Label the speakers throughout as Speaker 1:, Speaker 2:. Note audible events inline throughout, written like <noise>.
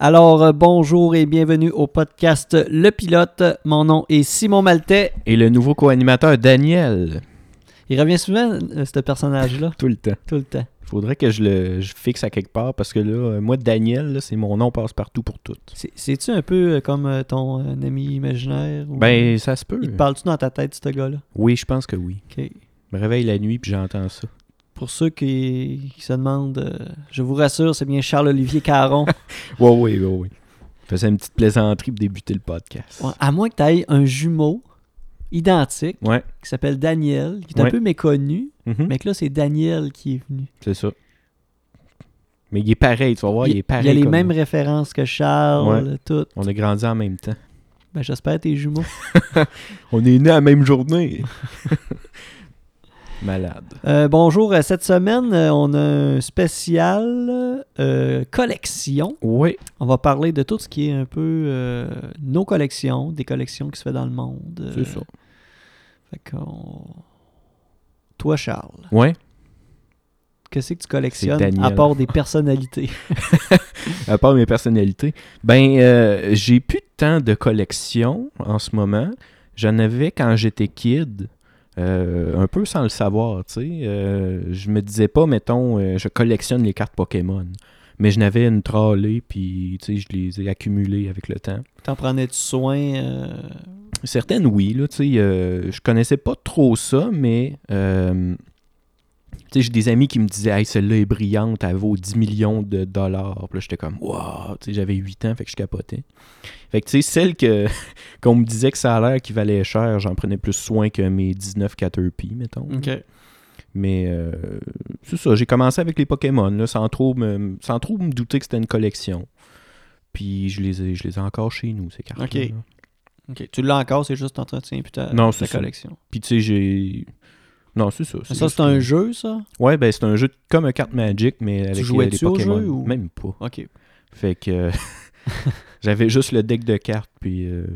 Speaker 1: Alors, euh, bonjour et bienvenue au podcast Le Pilote. Mon nom est Simon Maltais.
Speaker 2: Et le nouveau co-animateur Daniel,
Speaker 1: Il revient souvent, euh, ce personnage-là,
Speaker 2: tout le temps.
Speaker 1: tout le temps.
Speaker 2: Faudrait que je le je fixe à quelque part parce que là, euh, moi, Daniel, là, c'est mon nom passe partout pour tout.
Speaker 1: C'est- C'est-tu un peu euh, comme euh, ton euh, ami imaginaire? ou-
Speaker 2: Ben, ça se peut.
Speaker 1: Il te parle-tu dans ta tête, ce gars-là?
Speaker 2: Oui, je pense que oui.
Speaker 1: Ok.
Speaker 2: Je me réveille la nuit puis j'entends ça.
Speaker 1: Pour ceux qui, qui se demandent, euh, je vous rassure, c'est bien Charles-Olivier
Speaker 2: <laughs>
Speaker 1: Caron.
Speaker 2: Ouais, oui, oui, oui. Je faisais une petite plaisanterie pour débuter le podcast.
Speaker 1: Ouais, à moins que tu aies un jumeau identique
Speaker 2: Ouais.
Speaker 1: qui s'appelle Daniel, qui est un
Speaker 2: Ouais.
Speaker 1: peu méconnu,
Speaker 2: Mhm.
Speaker 1: mais que là, c'est Daniel qui est venu.
Speaker 2: C'est ça. Mais il est pareil, tu vas voir, il, est pareil.
Speaker 1: a les
Speaker 2: comme
Speaker 1: mêmes
Speaker 2: nous.
Speaker 1: références que Charles, tout.
Speaker 2: On a grandi en même temps.
Speaker 1: Ben, j'espère tes jumeaux.
Speaker 2: On est nés la même journée. <laughs> Malade.
Speaker 1: Euh, bonjour, euh, cette semaine, euh, on a un spécial euh, collection.
Speaker 2: Oui.
Speaker 1: On va parler de tout ce qui est un peu euh, nos collections, des collections qui se fait dans le monde. Euh,
Speaker 2: C'est ça.
Speaker 1: Fait qu'on- Toi, Charles,
Speaker 2: Ouais.
Speaker 1: qu'est-ce que tu collectionnes
Speaker 2: Daniel.
Speaker 1: à part des personnalités? <laughs>
Speaker 2: <laughs> à part mes personnalités. Ben, euh, j'ai plus tant de collection en ce moment. J'en avais quand j'étais kid, euh, un peu sans le savoir, tu sais. Euh, je me disais pas, mettons, euh, je collectionne les cartes Pokémon. Mais je n'avais une trolley, puis tu sais, je les ai accumulées avec le temps.
Speaker 1: T'en prenais-tu soin? euh,
Speaker 2: Certaines, oui, là, tu sais, euh, je connaissais pas trop ça, mais... euh, tu sais, j'ai des amis qui me disaient, hey, celle-là est brillante, elle vaut 10 millions de dollars. Puis là, j'étais comme, wow, tu sais, j'avais 8 ans, fait que je capotais. Fait que, tu sais, celle que, <laughs> qu'on me disait que ça a l'air qui valait cher, j'en prenais plus soin que mes 19 Caterpie, mettons.
Speaker 1: Ok.
Speaker 2: Mais, euh, c'est ça, j'ai commencé avec les Pokémon, là, sans trop me, sans trop me douter que c'était une collection. Puis, je les ai, je les ai encore chez nous, ces cartes
Speaker 1: Ok. Ok. Tu l'as encore, c'est juste entretien puis ta,
Speaker 2: Non,
Speaker 1: ta
Speaker 2: c'est ça.
Speaker 1: collection.
Speaker 2: Puis tu sais, j'ai. Non, c'est ça.
Speaker 1: ça,
Speaker 2: juste
Speaker 1: c'est un
Speaker 2: que-
Speaker 1: jeu, ça?
Speaker 2: Ouais, ben c'est un jeu comme un carte Magic, mais avec euh, les
Speaker 1: jouais-tu au
Speaker 2: Pokémon.
Speaker 1: jeu ou-
Speaker 2: Même pas.
Speaker 1: Ok.
Speaker 2: Fait
Speaker 1: <laughs>
Speaker 2: que. euh, <laughs> J'avais juste le deck de cartes, puis. euh,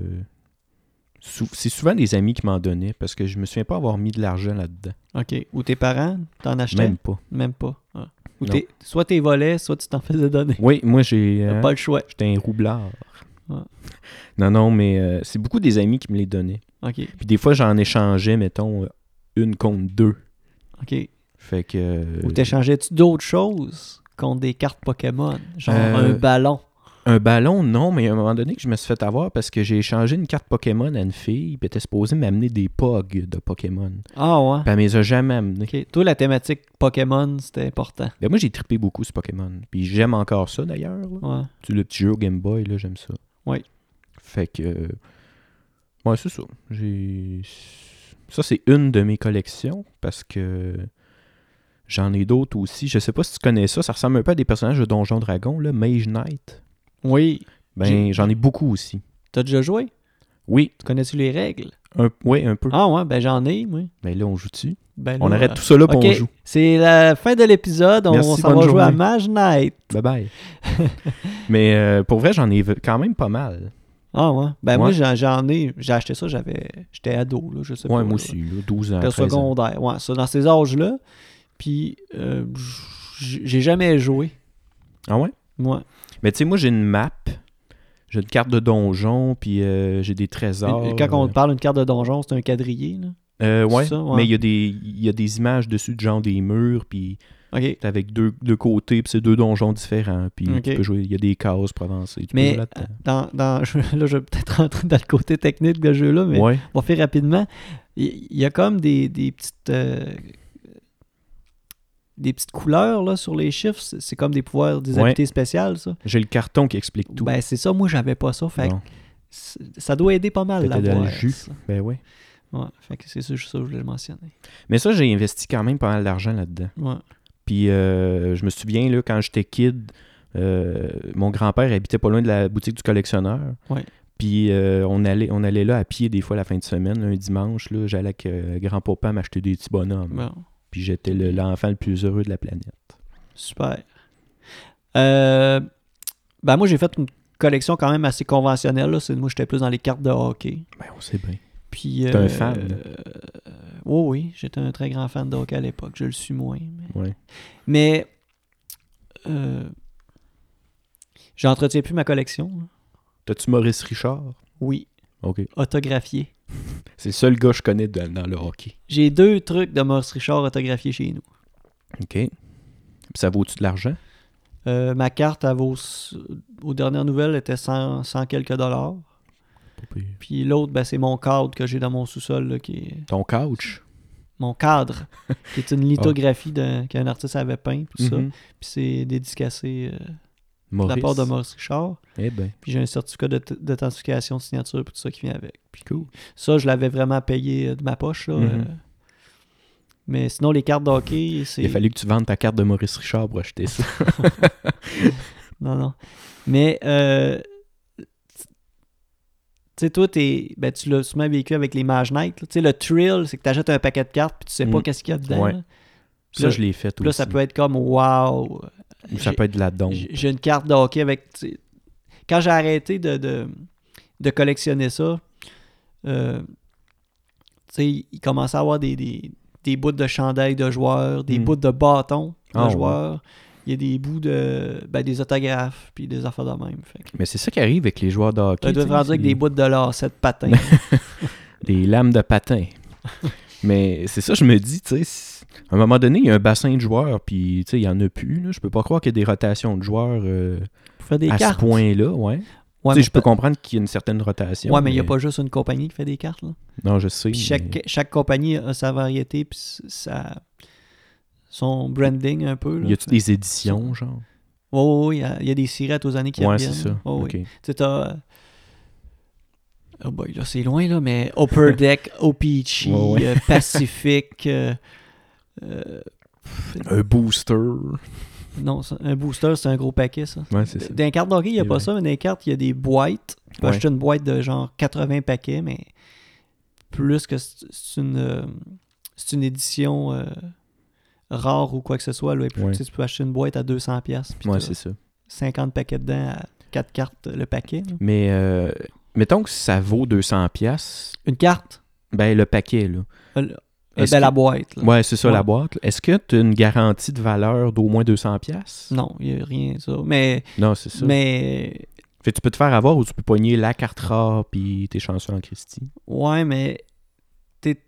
Speaker 2: sou- C'est souvent des amis qui m'en donnaient parce que je me souviens pas avoir mis de l'argent là-dedans.
Speaker 1: OK. Ou tes parents, t'en achetaient?
Speaker 2: Même pas.
Speaker 1: Même pas. Ah. Ou
Speaker 2: Non.
Speaker 1: t'es- soit t'es volé, soit tu t'en faisais donner.
Speaker 2: Oui, moi j'ai.
Speaker 1: T'as
Speaker 2: euh,
Speaker 1: pas le choix.
Speaker 2: J'étais un roublard.
Speaker 1: Ouais.
Speaker 2: <laughs> Non, non, mais euh, c'est beaucoup des amis qui me les donnaient.
Speaker 1: OK.
Speaker 2: Puis des fois, j'en échangeais, mettons, euh, une contre deux.
Speaker 1: OK.
Speaker 2: Fait que. euh,
Speaker 1: Ou t'échangeais-tu d'autres choses contre des cartes Pokémon? Genre
Speaker 2: Euh,
Speaker 1: un ballon.
Speaker 2: Un ballon, non, mais à un moment donné que je me suis fait avoir parce que j'ai échangé une carte Pokémon à une fille, puis elle était supposée m'amener des POG de Pokémon. Puis
Speaker 1: Ah ouais.
Speaker 2: elle me les a jamais amenés.
Speaker 1: OK. Toi, la thématique Pokémon, c'était important.
Speaker 2: Ben, moi, j'ai trippé beaucoup ce Pokémon. Puis j'aime encore ça, d'ailleurs. là.
Speaker 1: Ouais.
Speaker 2: Tu sais, le petit jeu au Game Boy, là, j'aime ça.
Speaker 1: Oui.
Speaker 2: Fait que... euh, Ouais, c'est ça. J'ai... Ça, c'est une de mes collections, parce que... J'en ai d'autres aussi. Je sais pas si tu connais ça. Ça ressemble un peu à des personnages de Donjon Dragon, là. Mage Knight.
Speaker 1: Oui. J'ai-
Speaker 2: Ben, j'en ai beaucoup aussi.
Speaker 1: T'as déjà joué?
Speaker 2: Oui,
Speaker 1: Tu connais-tu les règles?
Speaker 2: un... ouais, un peu.
Speaker 1: Ah ouais, ben j'en ai, moi.
Speaker 2: Mais là, on joue dessus.
Speaker 1: Ben
Speaker 2: On
Speaker 1: là,
Speaker 2: arrête
Speaker 1: euh,
Speaker 2: tout ça là, puis
Speaker 1: OK.
Speaker 2: on joue.
Speaker 1: C'est la fin de l'épisode. On
Speaker 2: Merci,
Speaker 1: s'en va
Speaker 2: bonne
Speaker 1: jouer à
Speaker 2: journée.
Speaker 1: Mage Knight.
Speaker 2: Bye bye. <laughs> Mais euh, pour vrai, j'en ai v- quand même pas mal.
Speaker 1: Ah ouais. Ben moi,
Speaker 2: Ouais.
Speaker 1: j'en- j'en ai. J'ai acheté ça, j'avais. J'étais ado, là, je sais pas.
Speaker 2: Ouais, moi
Speaker 1: là.
Speaker 2: aussi, là, 12 ans.
Speaker 1: C'était
Speaker 2: 13 ans.
Speaker 1: secondaire. Ouais, ça, dans ces âges-là. Puis, euh, j- j'ai jamais joué,
Speaker 2: Ah ouais?
Speaker 1: moi.
Speaker 2: Mais tu sais, moi, j'ai une map, j'ai une carte de donjon, puis euh, j'ai des trésors.
Speaker 1: Une- Quand on parle d'une carte de donjon, c'est un quadrillé. Là.
Speaker 2: Euh, ouais,
Speaker 1: C'est ça, ouais.
Speaker 2: mais il y, a des- il y a des images dessus de genre des murs, puis
Speaker 1: OK.
Speaker 2: t'es avec deux, deux côtés, puis c'est deux donjons différents, puis
Speaker 1: Ok.
Speaker 2: tu peux jouer, il y a des cases pour avancer. Tu
Speaker 1: Mais ah,
Speaker 2: peux jouer là-dedans.
Speaker 1: dans, dans- je- <laughs> là, je vais peut-être rentrer dans le côté technique de jeu-là, mais
Speaker 2: Ouais,
Speaker 1: on va faire rapidement. Il il y a comme des, des petites. euh, des petites couleurs là, sur les chiffres, c'est c'est comme des pouvoirs, des
Speaker 2: Ouais.
Speaker 1: habiletés spéciales, ça.
Speaker 2: j'ai le carton qui explique tout.
Speaker 1: Ben, c'est ça, moi j'avais pas ça. Fait que
Speaker 2: Bon.
Speaker 1: c'est- ça doit aider pas mal
Speaker 2: T'étais dans
Speaker 1: l'avoir.
Speaker 2: le jus.
Speaker 1: ça.
Speaker 2: Ben ouais.
Speaker 1: Ouais, fait que c'est ça, ça que je voulais mentionner.
Speaker 2: Mais ça, j'ai investi quand même pas mal d'argent là-dedans.
Speaker 1: Ouais.
Speaker 2: Puis euh, je me souviens, là, quand j'étais kid, euh, mon grand-père habitait pas loin de la boutique du collectionneur.
Speaker 1: Ouais.
Speaker 2: Puis euh, on, allait, on allait là à pied des fois la fin de semaine, un dimanche, là, j'allais avec euh, grand-papa m'acheter des petits bonhommes.
Speaker 1: Bon.
Speaker 2: Puis j'étais le- l'enfant le plus heureux de la planète.
Speaker 1: Super. Euh, ben moi, j'ai fait une collection quand même assez conventionnelle. là. C'est- Moi, j'étais plus dans les cartes de hockey.
Speaker 2: Ben, on sait bien.
Speaker 1: Puis,
Speaker 2: T'es un fan.
Speaker 1: euh, oui, oui. J'étais un très grand fan de hockey à l'époque. Je le suis moins. Mais,
Speaker 2: Ouais.
Speaker 1: mais, euh, J'entretiens plus ma collection. là.
Speaker 2: T'as-tu Maurice Richard?
Speaker 1: Oui,
Speaker 2: OK.
Speaker 1: autographié.
Speaker 2: C'est le seul gars que je connais de- dans le hockey.
Speaker 1: J'ai deux trucs de Maurice Richard autographiés chez nous.
Speaker 2: OK. Puis ça vaut-tu de l'argent?
Speaker 1: Euh, ma carte, elle vaut, s- aux dernières nouvelles, était 100, 100 quelques dollars. Puis l'autre, ben, c'est mon cadre que j'ai dans mon sous-sol, là, qui est
Speaker 2: Ton couch?
Speaker 1: mon cadre, qui est
Speaker 2: <laughs>
Speaker 1: une lithographie d'un- qu'un artiste avait peint, tout ça.
Speaker 2: Ah. Mhm.
Speaker 1: Puis c'est dédicacé euh, de
Speaker 2: Maurice?
Speaker 1: la part de Maurice Richard.
Speaker 2: Eh ben,
Speaker 1: Puis j'ai un certificat d'auth- d'authentification de signature, puis tout ça qui vient avec. Puis
Speaker 2: cool.
Speaker 1: ça, je l'avais vraiment payé euh, de ma poche. là,
Speaker 2: Mhm.
Speaker 1: euh. Mais sinon, les cartes d'hockey, c'est.
Speaker 2: Il a fallu que tu vendes ta carte de Maurice Richard pour acheter ça.
Speaker 1: Non, non. Mais, euh, tu sais, toi, t'es- ben, tu l'as sûrement vécu avec les Mage Night. là. Tu sais, le thrill, c'est que tu achètes un paquet de cartes puis tu sais pas
Speaker 2: Mm.
Speaker 1: qu'est-ce qu'il y a dedans.
Speaker 2: Ouais.
Speaker 1: là.
Speaker 2: ça,
Speaker 1: Là-
Speaker 2: je l'ai fait
Speaker 1: Puis
Speaker 2: aussi.
Speaker 1: là, ça peut être comme Wow,
Speaker 2: Ou ça peut être de la don.
Speaker 1: j'ai j'ai une carte de hockey avec. tu sais, Quand j'ai arrêté de, de, de collectionner ça, euh, tu sais, il commençait à avoir des, des, des bouts de chandail de joueurs, des
Speaker 2: Mm.
Speaker 1: bouts de bâtons de
Speaker 2: Ah, ouais.
Speaker 1: joueurs. Il y a des bouts de. Ben, des autographes, puis des affaires de même. Fait que-
Speaker 2: Mais c'est ça qui arrive avec les joueurs de hockey.
Speaker 1: ils
Speaker 2: tu Ben, sais,
Speaker 1: doivent rendre avec
Speaker 2: c'est-
Speaker 1: des bouts de lacets de patin.
Speaker 2: des lames
Speaker 1: <laughs>
Speaker 2: de patin. Mais c'est ça, je me dis, tu sais, si- à un moment donné, il y a un bassin de joueurs, puis tu sais, il n'y en a plus. Là. Je peux pas croire qu'il y a des rotations de joueurs euh,
Speaker 1: Pour faire des
Speaker 2: à
Speaker 1: cartes.
Speaker 2: ce point-là, ouais.
Speaker 1: Ouais,
Speaker 2: tu
Speaker 1: mais
Speaker 2: sais, je peux comprendre qu'il y a une certaine rotation.
Speaker 1: Ouais, mais il n'y a pas juste une compagnie qui fait des cartes. Là.
Speaker 2: Non, je sais.
Speaker 1: Puis
Speaker 2: mais-
Speaker 1: chaque, chaque compagnie a sa variété, puis sa, son branding un peu. là.
Speaker 2: Y a-tu des éditions, genre
Speaker 1: Ouais, ouais, ouais, il y a- il y, a des sirettes aux années qui
Speaker 2: Ouais, c'est
Speaker 1: reviennent. Oh,
Speaker 2: ça.
Speaker 1: Ouais, ouais.
Speaker 2: Ok.
Speaker 1: Tu sais, t'as, euh, Oh boy, là, c'est loin, là, mais
Speaker 2: <laughs>
Speaker 1: Upper Deck, OPG,
Speaker 2: Ouais, ouais.
Speaker 1: euh, Pacific. euh, euh, pff,
Speaker 2: Un booster.
Speaker 1: non, ça- un booster, c'est un gros paquet, ça.
Speaker 2: Ouais, c'est ça.
Speaker 1: Dans les cartes d'hockey, il n'y a
Speaker 2: C'est
Speaker 1: pas
Speaker 2: vrai.
Speaker 1: ça, mais dans les cartes, il y a des boîtes. Tu peux
Speaker 2: Ouais.
Speaker 1: acheter une boîte de genre 80 paquets, mais plus que c'est c'est une, euh, c'est une édition euh, rare ou quoi que ce soit. Là, et puis,
Speaker 2: Ouais.
Speaker 1: tu sais, tu peux acheter une boîte à 200$, piastres, puis
Speaker 2: Ouais,
Speaker 1: t'as
Speaker 2: c'est ça.
Speaker 1: 50 paquets dedans à 4 cartes le paquet. là.
Speaker 2: Mais euh, mettons que ça vaut 200 pièces,
Speaker 1: Une carte,
Speaker 2: ben le paquet là.
Speaker 1: euh, euh, ben,
Speaker 2: Est-ce que-
Speaker 1: la boîte. là.
Speaker 2: Ouais, c'est ça
Speaker 1: Ouais.
Speaker 2: la boîte. là. Est-ce que tu as une garantie de valeur d'au moins 200 pièces
Speaker 1: Non, il n'y a rien de ça. Mais,
Speaker 2: Non, c'est ça.
Speaker 1: mais,
Speaker 2: Fait que tu peux te faire avoir ou tu peux pogner la carte rare puis t'es chanceux en Christie.
Speaker 1: ouais, mais, t'es...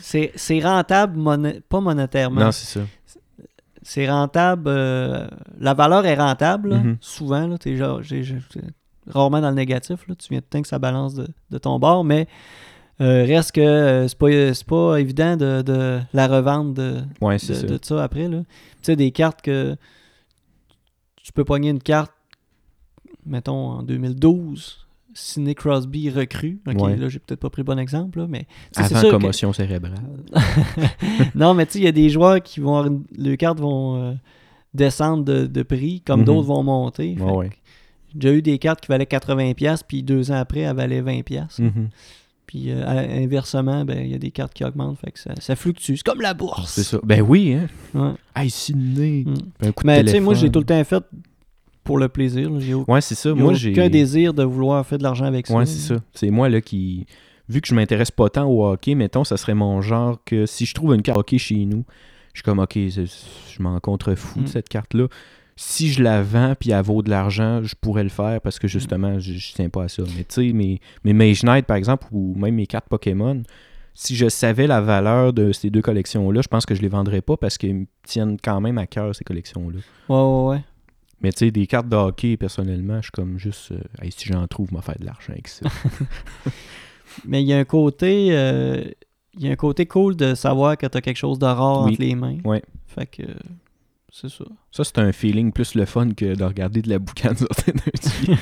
Speaker 1: C'est, c'est rentable, moné- pas monétairement.
Speaker 2: Non, c'est ça.
Speaker 1: c'est rentable. euh, la valeur est rentable, là,
Speaker 2: Mhm.
Speaker 1: souvent. Là, t'es genre, j'ai- j'ai- t'es rarement dans le négatif. Là, tu viens de temps que ça balance de, de ton bord, mais euh, reste que euh, c'est, pas, c'est pas évident de, de la revendre de,
Speaker 2: Ouais,
Speaker 1: de,
Speaker 2: c'est ça.
Speaker 1: de ça après. là. Tu sais, des cartes que tu peux pogner une carte, mettons en 2012, Sidney Crosby recrue. Ok,
Speaker 2: Ouais.
Speaker 1: là, j'ai peut-être pas pris le bon exemple, là, mais tu sais, c'est
Speaker 2: Avant
Speaker 1: sûr que-
Speaker 2: commotion cérébrale.
Speaker 1: non, mais tu sais, il y a des joueurs qui vont. avoir une- Les cartes vont euh, descendre de, de prix, comme
Speaker 2: Mhm.
Speaker 1: d'autres vont monter. Fait
Speaker 2: Ouais, ouais.
Speaker 1: que J'ai déjà eu des cartes qui valaient 80$, puis deux ans après, elles valaient 20$.
Speaker 2: Mhm.
Speaker 1: Puis euh, à- inversement, ben, il y a des cartes qui augmentent, fait que ça, ça fluctue. C'est comme la bourse.
Speaker 2: C'est ça. Ben oui, hein.
Speaker 1: Ouais.
Speaker 2: Hey, Sydney.
Speaker 1: Mm.
Speaker 2: Un coup de
Speaker 1: Mais tu sais, moi,
Speaker 2: téléphone.
Speaker 1: j'ai tout le temps fait pour le plaisir. là. J'ai au-
Speaker 2: Ouais, c'est ça.
Speaker 1: j'ai
Speaker 2: Moi, j'ai
Speaker 1: aucun désir de vouloir faire de l'argent avec ça.
Speaker 2: Ouais, c'est ça. C'est moi là qui vu que je m'intéresse pas tant au hockey, mettons, ça serait mon genre que si je trouve une carte hockey chez nous, je suis comme OK, c'est- je m'en contrefous
Speaker 1: Mm.
Speaker 2: de cette carte là. Si je la vends puis elle vaut de l'argent, je pourrais le faire parce que justement, je, je tiens pas à ça. Mais tu sais, mes, mes Mage Knight, par exemple, ou même mes cartes Pokémon, si je savais la valeur de ces deux collections-là, je pense que je les vendrais pas parce qu'elles me tiennent quand même à cœur, ces collections-là.
Speaker 1: Ouais, ouais, ouais.
Speaker 2: Mais tu sais, des cartes de hockey, personnellement, je suis comme juste, euh, Hey, si j'en trouve, je vais faire de l'argent avec ça.
Speaker 1: Mais il y a un côté. euh, il y a un côté cool de savoir que t'as quelque chose de rare
Speaker 2: Oui.
Speaker 1: entre les mains.
Speaker 2: Ouais.
Speaker 1: Fait que. euh, C'est ça.
Speaker 2: Ça, c'est un feeling plus le fun que de regarder de la boucane <laughs> sortir d'un tuyau.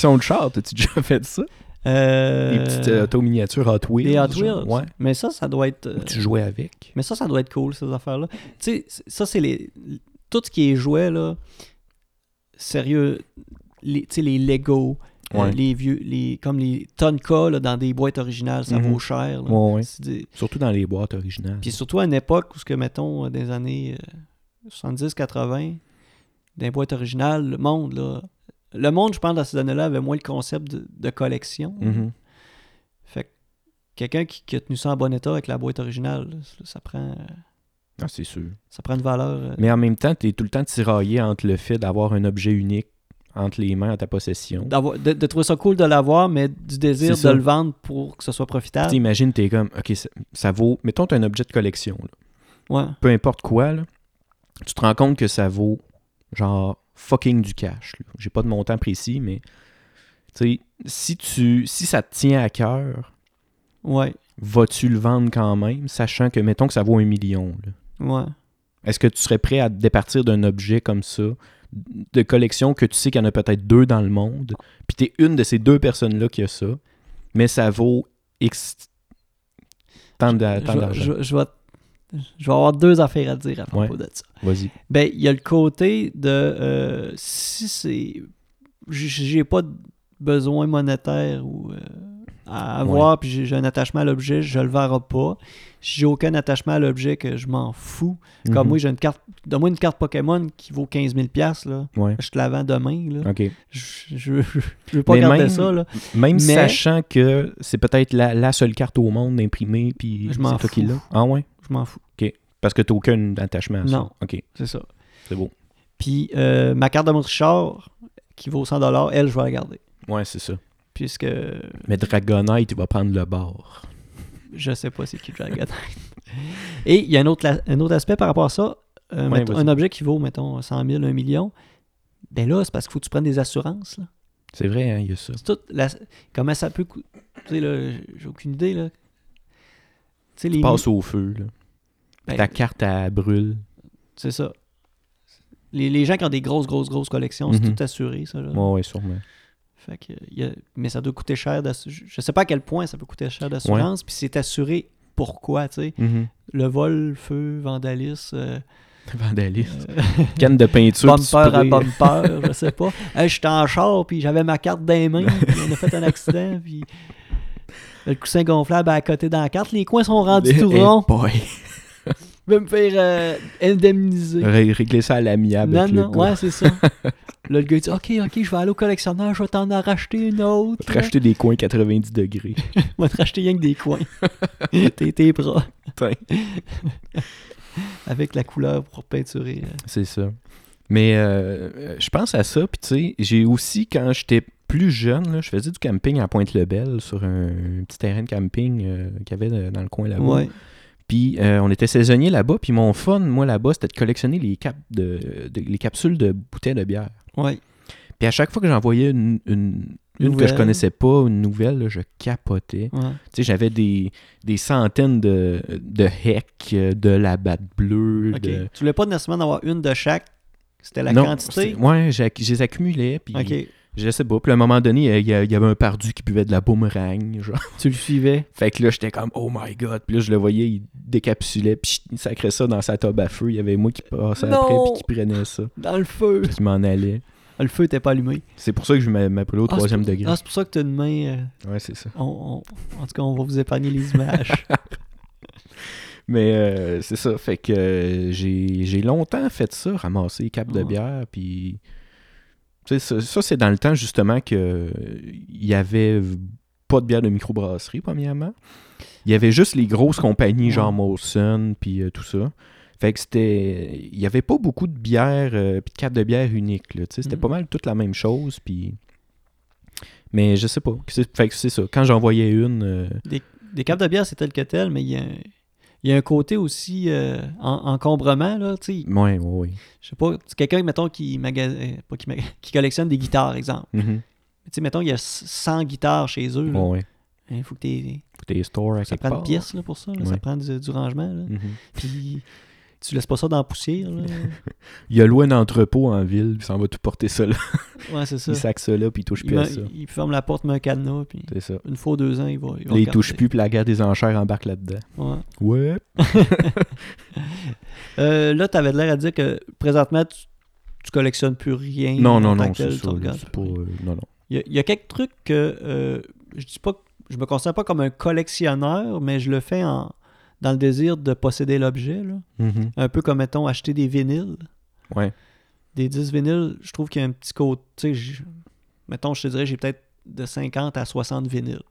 Speaker 1: <laughs>
Speaker 2: Collection de chars, t'as-tu déjà <laughs> fait ça?
Speaker 1: Euh,
Speaker 2: Des petites euh, autos miniatures Hot Wheels.
Speaker 1: les Hot
Speaker 2: genre.
Speaker 1: Wheels.
Speaker 2: Ouais.
Speaker 1: Mais ça, ça doit être. euh,
Speaker 2: Où tu jouais avec.
Speaker 1: mais ça, ça doit être cool, ces affaires-là. Tu sais, c- ça, c'est les. Tout ce qui est jouet, là. Sérieux. les- Tu sais, les Lego. euh,
Speaker 2: Ouais.
Speaker 1: les vieux. Les, comme les Tonka, là, dans des boîtes originales, ça
Speaker 2: Mhm.
Speaker 1: vaut cher. là.
Speaker 2: Ouais, ouais.
Speaker 1: C'est des-
Speaker 2: Surtout dans les boîtes originales.
Speaker 1: Puis surtout à une époque où, ce que, mettons, euh, des années 70-80, des boîtes originales, le monde, là. Le monde, je pense, dans ces années-là, avait moins le concept de, de collection.
Speaker 2: Mhm.
Speaker 1: Fait que quelqu'un qui, qui a tenu ça en bon état avec la boîte originale, là, ça prend euh,
Speaker 2: Ah, c'est sûr.
Speaker 1: Ça prend une valeur. euh,
Speaker 2: Mais en même temps, tu es tout le temps tiraillé entre le fait d'avoir un objet unique entre les mains à ta possession.
Speaker 1: d'avoir- de, de trouver ça cool de l'avoir, mais du désir
Speaker 2: C'est ça.
Speaker 1: de le vendre pour que ce soit
Speaker 2: Puis
Speaker 1: profitable.
Speaker 2: T'imagines, t'es comme, OK, ça, ça vaut... Mettons, t'as un objet de collection, là.
Speaker 1: Ouais.
Speaker 2: peu importe quoi, là, tu te rends compte que ça vaut, genre, fucking du cash. là. J'ai pas de montant précis, mais... Tu sais, si, tu, si ça te tient à cœur,
Speaker 1: Ouais.
Speaker 2: vas-tu le vendre quand même, sachant que, mettons que ça vaut un million, là.
Speaker 1: Ouais.
Speaker 2: Est-ce que tu serais prêt à te départir d'un objet comme ça, de collection que tu sais qu'il y en a peut-être deux dans le monde, puis t'es une de ces deux personnes-là qui a ça, mais ça vaut X tant d'a- Euh, tant
Speaker 1: Je,
Speaker 2: d'argent.
Speaker 1: je- je vais, je vais avoir deux affaires à dire à propos de ça.
Speaker 2: Vas-y.
Speaker 1: Ben, il y a le côté de euh, si c'est. j- J'ai pas de besoin monétaire ou euh, à avoir, puis j'ai- j'ai un attachement à l'objet, je le verrai pas. Si j'ai aucun attachement à l'objet, que je m'en fous. Comme
Speaker 2: Mhm.
Speaker 1: moi, j'ai une carte. Donne-moi une carte Pokémon qui vaut 15 000 là.
Speaker 2: Ouais.
Speaker 1: Je te la vends demain, là.
Speaker 2: OK.
Speaker 1: Je, je, je veux pas
Speaker 2: Mais
Speaker 1: garder
Speaker 2: même-
Speaker 1: ça, là.
Speaker 2: Même
Speaker 1: Mais-
Speaker 2: sachant que c'est peut-être la, la seule carte au monde imprimée, puis
Speaker 1: Je
Speaker 2: c'est
Speaker 1: m'en
Speaker 2: toi qui
Speaker 1: fous.
Speaker 2: l'as. Ah ouais?
Speaker 1: Je m'en fous,
Speaker 2: Parce que t'as aucun attachement à ça.
Speaker 1: Non.
Speaker 2: OK,
Speaker 1: c'est ça.
Speaker 2: c'est beau.
Speaker 1: Puis euh, ma carte de Richard, qui vaut 100 elle, je vais la garder.
Speaker 2: Ouais, c'est ça.
Speaker 1: Puisque
Speaker 2: Mais Dragonite, il va prendre le bord.
Speaker 1: je sais pas c'est qui Dragonite.
Speaker 2: <laughs>
Speaker 1: Et il y a un autre, la- un autre aspect par rapport à ça. Euh,
Speaker 2: Ouais,
Speaker 1: mettons,
Speaker 2: vas-y.
Speaker 1: un objet qui vaut, mettons, 100 000, 1 million. Ben là, c'est parce qu'il faut que tu prennes des assurances. là.
Speaker 2: C'est vrai, hein, il y a ça.
Speaker 1: C'est tout. la- comment ça peut coûter? Tu sais, là, j'ai aucune idée, là. Tu sais, les.
Speaker 2: Passe au feu, là.
Speaker 1: ben,
Speaker 2: Ta carte, elle brûle.
Speaker 1: c'est ça. Les, les gens qui ont des grosses, grosses, grosses collections, c'est
Speaker 2: Mhm.
Speaker 1: tout assuré, ça. Là.
Speaker 2: Ouais, ouais, sûrement.
Speaker 1: Fait que, il y a- mais ça doit coûter cher. d'assu- Je sais pas à quel point ça peut coûter cher d'assurance, puis c'est assuré pourquoi, tu sais.
Speaker 2: <laughs>
Speaker 1: Le vol, le feu, vandalisme, euh,
Speaker 2: Vandaliste.
Speaker 1: euh,
Speaker 2: Canne de peinture.
Speaker 1: bumper
Speaker 2: tu
Speaker 1: à
Speaker 2: spray. <laughs>
Speaker 1: bumper, je sais pas. Hey, J'étais en char, puis j'avais ma carte dans les mains, puis on a fait un accident, puis le coussin gonflable à côté dans la carte. Les coins sont rendus Ah, tout
Speaker 2: Eh
Speaker 1: ronds.
Speaker 2: boy.
Speaker 1: <laughs> Je vais me faire euh, indemniser.
Speaker 2: Ré- Régler ça à l'amiable.
Speaker 1: Non,
Speaker 2: avec le
Speaker 1: non,
Speaker 2: gars.
Speaker 1: ouais, c'est
Speaker 2: <laughs>
Speaker 1: ça. Là, le gars il dit Ok, ok, je vais aller au collectionneur, je vais t'en en racheter une autre.
Speaker 2: Te racheter des coins 90 degrés.
Speaker 1: On <laughs> va te racheter rien que des
Speaker 2: <laughs>
Speaker 1: coins. tes, tes bras.
Speaker 2: Putain.
Speaker 1: <laughs> Avec la couleur pour peinturer. euh.
Speaker 2: C'est ça. Mais euh, euh, je pense à ça, puis tu sais, j'ai aussi, quand j'étais plus jeune, là, je faisais du camping à Pointe-le-Bel sur un, petit terrain de camping euh, qu'il y avait euh, dans le coin là-bas.
Speaker 1: Ouais.
Speaker 2: Puis euh, on était saisonnier là-bas, puis mon fun, moi, là-bas, c'était de collectionner les, cap de, de- les capsules de bouteilles de bière.
Speaker 1: Ouais.
Speaker 2: Puis à chaque fois que j'envoyais une, une, une que je
Speaker 1: Nouvelle.
Speaker 2: connaissais pas, une nouvelle, là, je capotais.
Speaker 1: ouais.
Speaker 2: Tu sais, j'avais des, des centaines de, de heck, euh, de la batte bleue,
Speaker 1: Ok.
Speaker 2: de...
Speaker 1: Tu voulais pas nécessairement en avoir une de chaque. C'était la
Speaker 2: Non, c'est-
Speaker 1: quantité.
Speaker 2: Ouais, j'ac- je les accumulais, puis
Speaker 1: Ok.
Speaker 2: je sais pas. Puis à un moment donné, il y, a- il y avait un pardu qui buvait de la boomerang, <laughs> genre.
Speaker 1: Tu le suivais.
Speaker 2: Fait que là, j'étais comme « Oh my God! » Puis là, je le voyais, il décapsulait, puis il sacrait ça dans sa table à feu. Il y avait moi qui passais après,
Speaker 1: Non!
Speaker 2: puis qui prenait ça,
Speaker 1: Dans le feu.
Speaker 2: puis qui m'en allait.
Speaker 1: Ah, le feu était pas allumé.
Speaker 2: C'est pour ça que je m'a- m'appelais au
Speaker 1: Ah,
Speaker 2: troisième
Speaker 1: c'est-
Speaker 2: degré.
Speaker 1: Ah, c'est pour ça que tu as une main. euh,
Speaker 2: Ouais, c'est ça.
Speaker 1: on- on- en tout cas, on va vous épargner les images.
Speaker 2: Mais euh, c'est ça, fait que euh, j'ai j'ai longtemps fait ça, ramasser les capes de
Speaker 1: Ouais.
Speaker 2: bière, puis... Tu sais, ça, ça, c'est dans le temps, justement, que euh, il y avait pas de bière de microbrasserie, premièrement. Il y avait juste les grosses compagnies,
Speaker 1: Ouais.
Speaker 2: genre Molson, puis euh, tout ça. Fait que c'était... Il y avait pas beaucoup de bières, euh, puis de capes de bière uniques, là, tu sais. C'était
Speaker 1: Mhm.
Speaker 2: pas mal toute la même chose, puis... Mais je sais pas. C'est- Fait que c'est ça. Quand j'en voyais une... euh,
Speaker 1: Des capes de bière, c'est tel que tel, mais il y a, un- il y a un côté aussi euh, en- encombrement. Là, tu sais.
Speaker 2: Ouais, ouais, ouais.
Speaker 1: Je sais pas, c'est quelqu'un, mettons, qui, maga- euh, pas qui, maga- <laughs> qui collectionne des guitares, exemple.
Speaker 2: Mhm.
Speaker 1: Tu sais, mettons, il y a 100 guitares chez eux.
Speaker 2: Ouais,
Speaker 1: là.
Speaker 2: ouais.
Speaker 1: Il faut que t'aies-
Speaker 2: Faut que t'aies store à
Speaker 1: Ça
Speaker 2: quelque
Speaker 1: prend
Speaker 2: part.
Speaker 1: une pièce là, pour ça. là. Ça
Speaker 2: Ouais.
Speaker 1: prend du, du rangement. là.
Speaker 2: Mhm.
Speaker 1: Puis tu laisses pas ça dans la poussière.
Speaker 2: <laughs>
Speaker 1: là.
Speaker 2: Il a loué un entrepôt en ville, puis ça en va tout porter ça là.
Speaker 1: Ouais, c'est ça.
Speaker 2: Il sac ça là, puis il touche
Speaker 1: Il,
Speaker 2: plus à
Speaker 1: met-
Speaker 2: ça.
Speaker 1: il ferme la porte, met un cadenas. Puis
Speaker 2: C'est ça.
Speaker 1: une fois ou deux ans, il va. Il va
Speaker 2: Là, il
Speaker 1: regarder.
Speaker 2: touche plus, puis la guerre des enchères embarque là-dedans.
Speaker 1: Ouais.
Speaker 2: Ouais.
Speaker 1: Euh, là, t'avais l'air à dire que présentement, tu, tu collectionnes plus rien.
Speaker 2: Non, non,
Speaker 1: en tant
Speaker 2: non,
Speaker 1: que
Speaker 2: c'est
Speaker 1: tel, tu
Speaker 2: ça. là,
Speaker 1: regardes
Speaker 2: c'est
Speaker 1: plus
Speaker 2: pas,
Speaker 1: rien.
Speaker 2: euh, non, non.
Speaker 1: Il y, a- il y a quelques trucs que euh, je dis pas que- je me considère pas comme un collectionneur, mais je le fais en dans le désir de posséder l'objet. là.
Speaker 2: Mhm.
Speaker 1: Un peu comme, mettons, acheter des vinyles.
Speaker 2: Ouais.
Speaker 1: Des 10 vinyles, je trouve qu'il y a un petit côté. tu sais, je- Mettons, je te dirais, j'ai peut-être de 50 à 60 vinyles.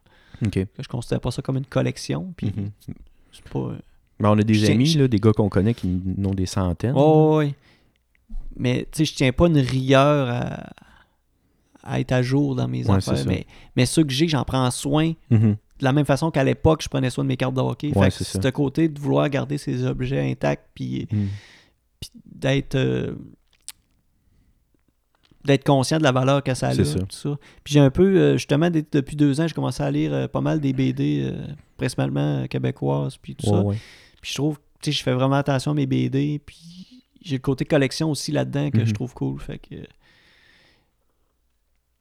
Speaker 2: OK.
Speaker 1: Je considère pas ça comme une collection. Puis
Speaker 2: Mhm.
Speaker 1: c'est pas. euh,
Speaker 2: Mais ben, on a des
Speaker 1: Je-
Speaker 2: amis,
Speaker 1: je-
Speaker 2: là, des gars qu'on connaît qui en ont des centaines.
Speaker 1: Oh, oui. Mais tu sais, je tiens pas une rigueur à, à être à jour dans mes
Speaker 2: Ouais, c'est
Speaker 1: affaires.
Speaker 2: ça.
Speaker 1: Mais, mais ceux que j'ai, j'en prends soin
Speaker 2: Mhm.
Speaker 1: de la même façon qu'à l'époque, je prenais soin de mes cartes de hockey.
Speaker 2: Ouais,
Speaker 1: fait que
Speaker 2: c'est
Speaker 1: c'est
Speaker 2: ça.
Speaker 1: ce côté de vouloir garder ces objets intacts puis,
Speaker 2: Mhm.
Speaker 1: puis d'être euh, d'être conscient de la valeur que ça a,
Speaker 2: C'est
Speaker 1: tout
Speaker 2: ça.
Speaker 1: ça. Puis j'ai un peu, euh, justement, dès- depuis deux ans, j'ai commencé à lire euh, pas mal des BD, euh, principalement euh, québécoises, puis tout
Speaker 2: Ouais,
Speaker 1: ça.
Speaker 2: ouais.
Speaker 1: Puis je trouve, tu sais, je fais vraiment attention à mes BD, puis j'ai le côté collection aussi là-dedans que je
Speaker 2: Mhm.
Speaker 1: trouve cool. Fait que...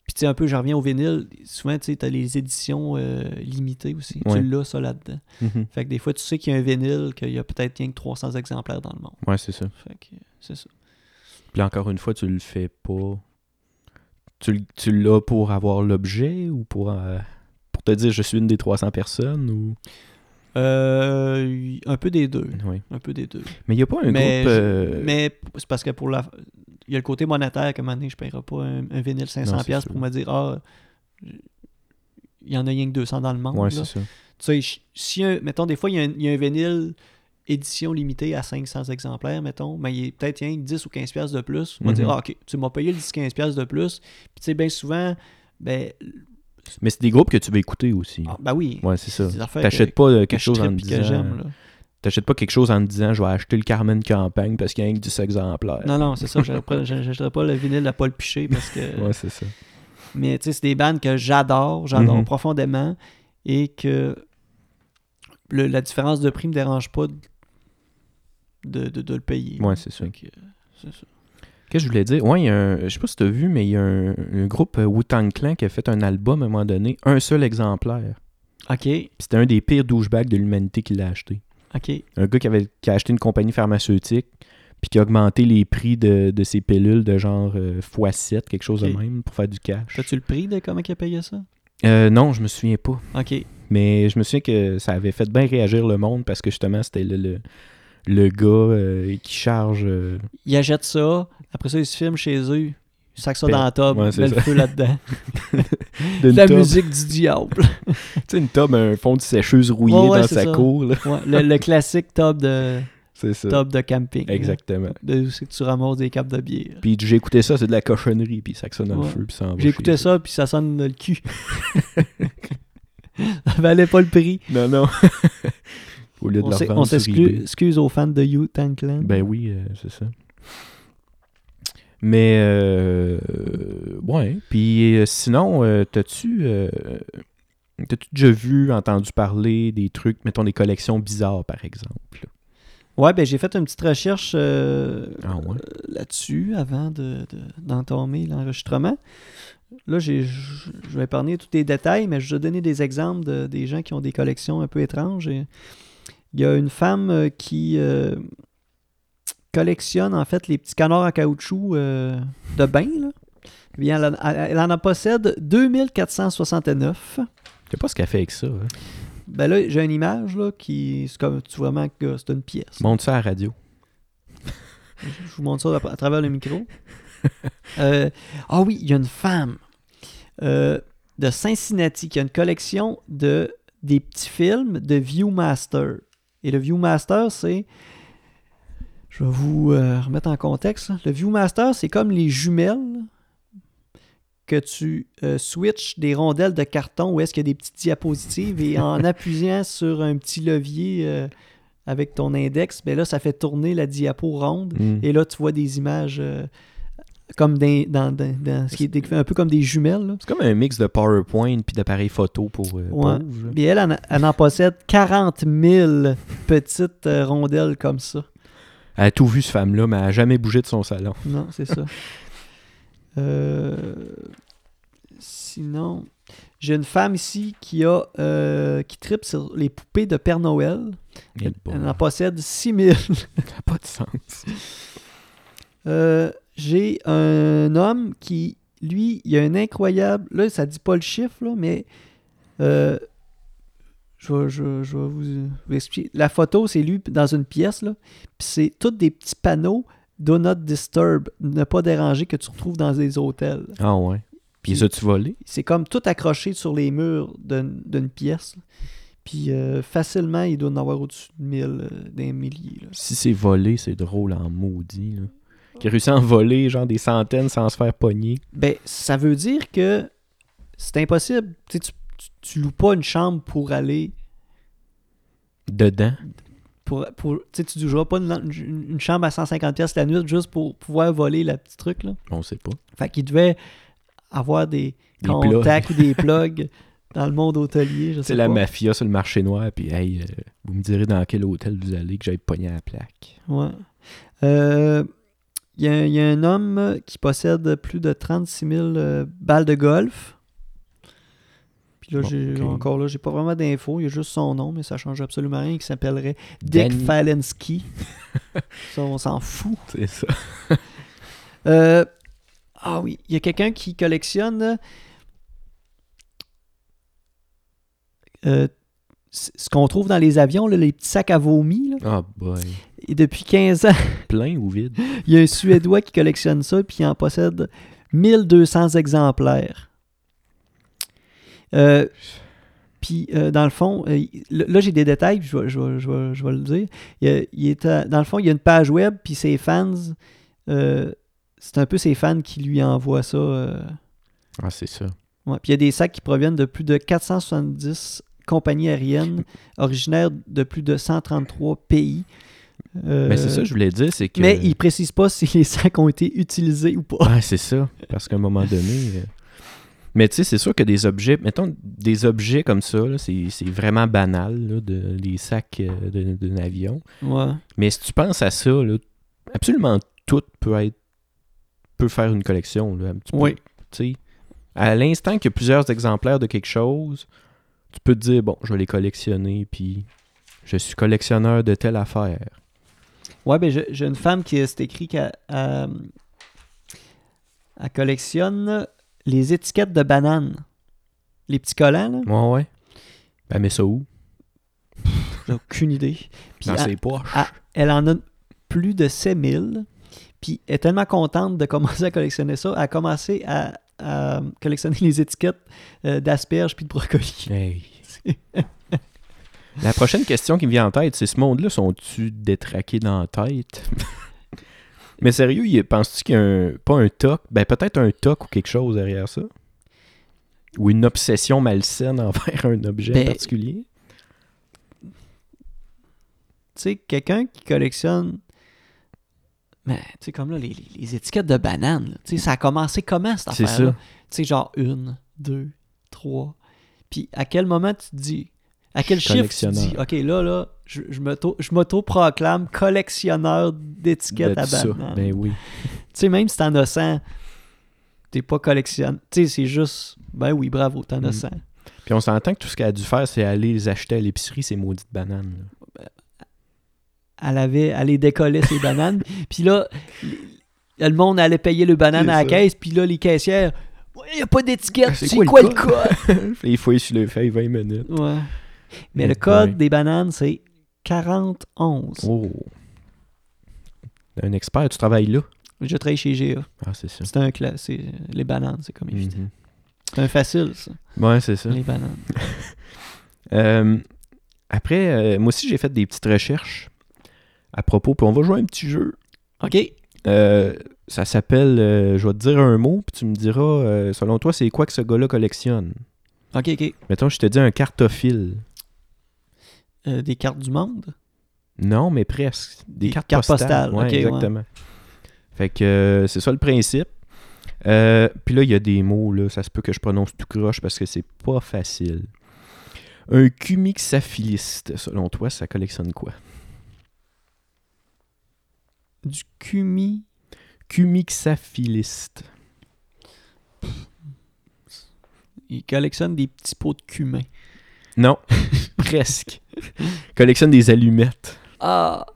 Speaker 1: Puis tu sais, un peu, je reviens au vinyle. Souvent, tu sais, t'as les éditions euh, limitées aussi.
Speaker 2: Ouais.
Speaker 1: Tu l'as, ça, là-dedans.
Speaker 2: Mhm.
Speaker 1: Fait que des fois, tu sais qu'il y a un vinyle, qu'il y a peut-être rien que 300 exemplaires dans le monde.
Speaker 2: Ouais, c'est ça.
Speaker 1: Fait que euh, c'est ça.
Speaker 2: Puis là, encore une fois, tu le fais pas. Tu, l- tu l'as pour avoir l'objet ou pour, euh, pour te dire je suis une des 300 personnes ou.
Speaker 1: Euh, un peu des deux.
Speaker 2: Ouais.
Speaker 1: Un peu des deux.
Speaker 2: Mais il n'y a pas un
Speaker 1: mais
Speaker 2: groupe.
Speaker 1: je-
Speaker 2: euh,
Speaker 1: mais c'est parce que pour la il y a le côté monétaire que un moment donné, je ne paierai pas un, un vinyle 500
Speaker 2: Non, c'est
Speaker 1: piastres
Speaker 2: sûr.
Speaker 1: pour me dire ah il y en a rien que 200 dans le monde là.
Speaker 2: Ouais, c'est ça.
Speaker 1: tu sais je- si un- mettons des fois il y a un, il y a un vinyle édition limitée à 500 exemplaires mettons mais il est peut-être rien que 10 ou 15 piastres de plus on va
Speaker 2: Mhm.
Speaker 1: dire ah, OK tu m'as payé le 10 15 piastres de plus puis tu sais bien souvent ben
Speaker 2: Mais c'est des groupes que tu vas écouter aussi.
Speaker 1: ah, ben oui
Speaker 2: ouais, c'est ça.
Speaker 1: des affaires que-
Speaker 2: T'achètes pas euh,
Speaker 1: que
Speaker 2: quelque
Speaker 1: je
Speaker 2: chose en te
Speaker 1: trippe puis que j'aime
Speaker 2: disant.
Speaker 1: là.
Speaker 2: T'achètes pas quelque chose en te disant je vais acheter le Carmen Campagne parce qu'il y a rien que 10 exemplaires.
Speaker 1: non non c'est
Speaker 2: <laughs>
Speaker 1: ça j'achèterais pas le vinyle à Paul Piché parce que
Speaker 2: Ouais, c'est ça.
Speaker 1: Mais tu sais, c'est des bandes que j'adore, j'adore
Speaker 2: Mhm.
Speaker 1: profondément et que le- la différence de prix me dérange pas de, de, de- de le payer.
Speaker 2: Ouais, c'est ça.
Speaker 1: Fait que, euh, c'est ça.
Speaker 2: Qu'est-ce que je voulais dire? Ouais, il y a un- je sais pas si t'as vu, mais il y a un, un groupe euh, Wu-Tang Clan qui a fait un album à un moment donné, un seul exemplaire.
Speaker 1: Ok,
Speaker 2: Puis c'était un des pires douchebags de l'humanité qui l'a acheté.
Speaker 1: ok.
Speaker 2: Un gars qui, avait, qui a acheté une compagnie pharmaceutique, puis qui a augmenté les prix de, de ses pilules de genre euh, x7, quelque chose
Speaker 1: Ok.
Speaker 2: de même, pour faire du cash.
Speaker 1: T'as-tu le prix de comment il a payé ça?
Speaker 2: Euh, non, je me souviens pas.
Speaker 1: Ok,
Speaker 2: Mais je me souviens que ça avait fait bien réagir le monde parce que justement, c'était le, le, le gars euh, qui charge. euh,
Speaker 1: ils achètent ça, après ça, ils se filment chez eux, ils sacent ça
Speaker 2: Ben,
Speaker 1: dans la table,
Speaker 2: ouais,
Speaker 1: ils
Speaker 2: c'est
Speaker 1: mettent le
Speaker 2: ça.
Speaker 1: feu là-dedans.
Speaker 2: <laughs> d'une
Speaker 1: <laughs> la
Speaker 2: tub.
Speaker 1: musique du diable.
Speaker 2: Tu sais, une table, un fond de sécheuse rouillé
Speaker 1: Ouais, ouais,
Speaker 2: dans
Speaker 1: c'est
Speaker 2: sa
Speaker 1: ça.
Speaker 2: cour. là.
Speaker 1: <laughs>
Speaker 2: <laughs>
Speaker 1: Ouais, le, le classique top de,
Speaker 2: C'est ça.
Speaker 1: top de camping. là.
Speaker 2: Exactement.
Speaker 1: De, où c'est que tu ramasses des capes de bière.
Speaker 2: Puis j'ai écouté ça, c'est de la cochonnerie, puis ça sonne dans
Speaker 1: Ouais.
Speaker 2: le feu, puis ça en va
Speaker 1: J'ai écouté
Speaker 2: chez
Speaker 1: ça, puis ça sonne le cul. <laughs> ça valait pas le prix.
Speaker 2: eux. Non, <laughs> non. Au lieu de
Speaker 1: On
Speaker 2: la
Speaker 1: s'ex-
Speaker 2: revendre
Speaker 1: on
Speaker 2: sur
Speaker 1: s'excuse
Speaker 2: eBay.
Speaker 1: excuse aux fans de You Tan Clan.
Speaker 2: Ben oui, euh, c'est ça. Mais, euh, ouais. Puis euh, sinon, euh, t'as-tu euh, t'as-tu déjà vu, entendu parler des trucs, mettons des collections bizarres, par exemple?
Speaker 1: Ouais, ben j'ai fait une petite recherche euh,
Speaker 2: Ah ouais?
Speaker 1: euh, là-dessus avant de- de- d'entamer l'enregistrement. Là, j'ai- je je vais épargner tous les détails, mais je vais donner des exemples de- des gens qui ont des collections un peu étranges. Et Il y a une femme euh, qui euh, collectionne en fait les petits canards à caoutchouc euh, de bain. là. Puis Elle, en- elle en possède 2469.
Speaker 2: Je sais pas ce qu'elle fait avec ça. Hein.
Speaker 1: Ben là, j'ai une image là, qui. C'est comme tu vois vraiment que c'est une pièce.
Speaker 2: Montre ça à la radio.
Speaker 1: Je vous montre ça à, à travers le micro. Euh, ah oui, il y a une femme euh, de Cincinnati qui a une collection de des petits films de Viewmaster. Et le Viewmaster, c'est. Je vais vous euh, remettre en contexte. là. Le Viewmaster, c'est comme les jumelles que tu euh, switches des rondelles de carton où est-ce qu'il y a des petites diapositives et en appuyant sur un petit levier euh, avec ton index, ben là, ça fait tourner la diapo ronde
Speaker 2: Mm.
Speaker 1: et là, tu vois des images euh, comme d'un- dans, dans- dans- ce qui est décrit un peu comme des jumelles. là.
Speaker 2: C'est comme un mix de PowerPoint puis d'appareils photo pour euh,
Speaker 1: Ouais.
Speaker 2: pauvres, là.
Speaker 1: Et elle, elle, en- elle en possède 40 000 petites euh, rondelles comme ça.
Speaker 2: Elle a tout vu, cette femme-là, mais elle a jamais bougé de son salon.
Speaker 1: Non, c'est ça. Euh, sinon, j'ai une femme ici qui a euh, qui tripe sur les poupées de Père Noël.
Speaker 2: Il y a de bon.
Speaker 1: Elle en possède 6 000.
Speaker 2: Ça n'a pas de sens.
Speaker 1: Euh, j'ai un homme qui, lui, il a un incroyable. Là, ça dit pas le chiffre, là, mais. euh, je vais, je vais- je vais vous, vous expliquer. La photo, c'est lui dans une pièce, là. Puis c'est tous des petits panneaux Do not disturb, ne pas déranger, que tu retrouves dans des hôtels.
Speaker 2: Ah ouais. Puis ça, tu volé?
Speaker 1: C'est comme tout accroché sur les murs d'une d'une pièce. là. Puis euh, facilement, il doit en avoir au-dessus de 1000, euh, d'un millier. là.
Speaker 2: Si c'est volé, c'est drôle en maudit. Là. Qui a réussi à en voler genre des centaines sans se faire pogner.
Speaker 1: Ben, ça veut dire que c'est impossible. Tu, sais, tu, tu- tu loues pas une chambre pour aller.
Speaker 2: Dedans.
Speaker 1: Pour, pour, tu sais, tu ne joueras pas une, une- une chambre à 150$ piastres la nuit juste pour pouvoir voler la petite truc. Là.
Speaker 2: On sait pas.
Speaker 1: Fait qu'il devait avoir des,
Speaker 2: Des
Speaker 1: contacts ou
Speaker 2: <laughs>
Speaker 1: des plugs dans le monde hôtelier. Je sais
Speaker 2: C'est la
Speaker 1: pas.
Speaker 2: mafia sur le marché noir. Puis, hey, euh, vous me direz dans quel hôtel vous allez que j'aille pogner à la plaque.
Speaker 1: Ouais. Euh, Il y, a- il y a un homme qui possède plus de 36 000 euh, balles de golf. Puis là,
Speaker 2: Bon,
Speaker 1: j'ai
Speaker 2: ok.
Speaker 1: encore là, j'ai pas vraiment d'infos. Il y a juste son nom, mais ça change absolument rien. Qui s'appellerait Dick
Speaker 2: Danny. <laughs>
Speaker 1: Falensky. ça, on s'en fout.
Speaker 2: C'est ça.
Speaker 1: Euh, ah oui, il y a quelqu'un qui collectionne euh, c- ce qu'on trouve dans les avions, là, les petits sacs à vomi. là.
Speaker 2: Ah boy.
Speaker 1: Et depuis 15 ans,
Speaker 2: Plein ou vide?
Speaker 1: il y a un Suédois qui collectionne ça puis il en possède 1200 exemplaires. Euh, puis, euh, dans le fond, euh, il- là, j'ai des détails, puis je vais, je vais- je vais- je vais le dire. Il, y a- il est à- dans le fond, il y a une page web, puis ses fans, euh, c'est un peu ses fans qui lui envoient ça. euh.
Speaker 2: Ah, c'est ça.
Speaker 1: Ouais. Puis, il y a des sacs qui proviennent de plus de 470 compagnies
Speaker 2: <laughs>
Speaker 1: aériennes originaires de plus de 133 pays. Euh,
Speaker 2: Mais Ben, c'est ça, que je voulais dire, c'est que.
Speaker 1: mais il précise pas <laughs> si les sacs ont été utilisés ou pas.
Speaker 2: Ouais, c'est ça. Parce qu'à un moment donné. euh, Mais tu sais, c'est sûr que des objets. Mettons, des objets comme ça, là, c'est c'est vraiment banal, là, de, des sacs euh, de- d'un avion.
Speaker 1: Ouais.
Speaker 2: Mais si tu penses à ça, là, absolument tout peut être peut faire une collection. Là. Tu peux-
Speaker 1: Oui.
Speaker 2: tu sais, à l'instant qu'il y a plusieurs exemplaires de quelque chose, tu peux te dire bon, je vais les collectionner, puis je suis collectionneur de telle affaire.
Speaker 1: Ouais, ben j'ai j'ai une femme qui euh, s'est écrit qu'elle euh, elle collectionne les étiquettes de bananes. Les petits collants, là.
Speaker 2: Ouais, ouais. Ben, mais ça où
Speaker 1: J'ai aucune idée. Puis
Speaker 2: Dans
Speaker 1: elle,
Speaker 2: ses poches.
Speaker 1: ah. elle en a plus de 7000. Puis elle est tellement contente de commencer à collectionner ça, elle a commencé à, à collectionner les étiquettes euh, d'asperges puis de brocolis.
Speaker 2: Hey. <laughs> La prochaine question qui me vient en tête, c'est ce monde-là, sont-tu détraqués dans la <laughs> tête? Mais sérieux, il- penses-tu qu'il y a un, pas un toc, ben peut-être un toc ou quelque chose derrière ça? Ou une obsession malsaine <laughs> envers un objet
Speaker 1: Ben-
Speaker 2: particulier?
Speaker 1: tu sais, quelqu'un qui collectionne. Mais, tu sais, comme là, les, les- les étiquettes de bananes, là, tu sais, ça a commencé comment cette
Speaker 2: C'est
Speaker 1: affaire-là?
Speaker 2: ça.
Speaker 1: Tu sais, genre une, deux, trois. Puis à quel moment tu te dis. À quel
Speaker 2: Je suis
Speaker 1: chiffre tu te dis,
Speaker 2: collectionneur.
Speaker 1: OK, là, là, je, je m'auto- je m'auto-proclame collectionneur d'étiquettes
Speaker 2: De
Speaker 1: à
Speaker 2: ça.
Speaker 1: bananes.
Speaker 2: Ben oui.
Speaker 1: Tu sais, même si t'en as 100, t'es pas collectionneur. Tu sais, c'est juste, ben oui, bravo, t'en
Speaker 2: Mm.
Speaker 1: as 100.
Speaker 2: Puis on s'entend que tout ce qu'elle a dû faire, c'est aller les acheter à l'épicerie, ces maudites bananes. là.
Speaker 1: elle avait elle les décollait ses
Speaker 2: <laughs>
Speaker 1: bananes puis là le le monde allait payer le banane
Speaker 2: C'est
Speaker 1: à la
Speaker 2: ça.
Speaker 1: caisse puis là les caissières il n'y a pas d'étiquette
Speaker 2: C'est
Speaker 1: c'est
Speaker 2: quoi
Speaker 1: quoi,
Speaker 2: le
Speaker 1: le code
Speaker 2: les fouiller sur le feuille 20 minutes. <laughs>
Speaker 1: ouais. mais
Speaker 2: Eh
Speaker 1: le code
Speaker 2: boy.
Speaker 1: des bananes c'est 4011
Speaker 2: Oh. Un expert, tu travailles là?
Speaker 1: je travaille chez GA
Speaker 2: Ah, c'est ça.
Speaker 1: c'est un cla- c'est les bananes c'est comme évident.
Speaker 2: Mhm.
Speaker 1: c'est un facile ça
Speaker 2: Ouais, c'est ça.
Speaker 1: les bananes
Speaker 2: Euh, après, euh, moi aussi, j'ai fait des petites recherches à propos. Puis on va jouer à un petit jeu.
Speaker 1: ok
Speaker 2: Euh, ça s'appelle euh, Je vais te dire un mot, puis tu me diras, euh, selon toi, c'est quoi que ce gars-là collectionne
Speaker 1: ok ok
Speaker 2: Mettons, je te dis un cartophile.
Speaker 1: Euh, des cartes du monde
Speaker 2: Non, mais presque. Des,
Speaker 1: Des
Speaker 2: cartes,
Speaker 1: cartes
Speaker 2: postales.
Speaker 1: postales,
Speaker 2: Ouais,
Speaker 1: ok, ouais.
Speaker 2: exactement. Fait que euh, c'est ça le principe. Euh, puis là, il y a des mots, là, ça se peut que je prononce tout croche parce que c'est pas facile. Un cumixaphiliste, selon toi, ça collectionne quoi
Speaker 1: du cumi
Speaker 2: Cumixaphiliste.
Speaker 1: il collectionne des petits pots de cumin <laughs>
Speaker 2: Non, presque. Collectionne des allumettes.
Speaker 1: ah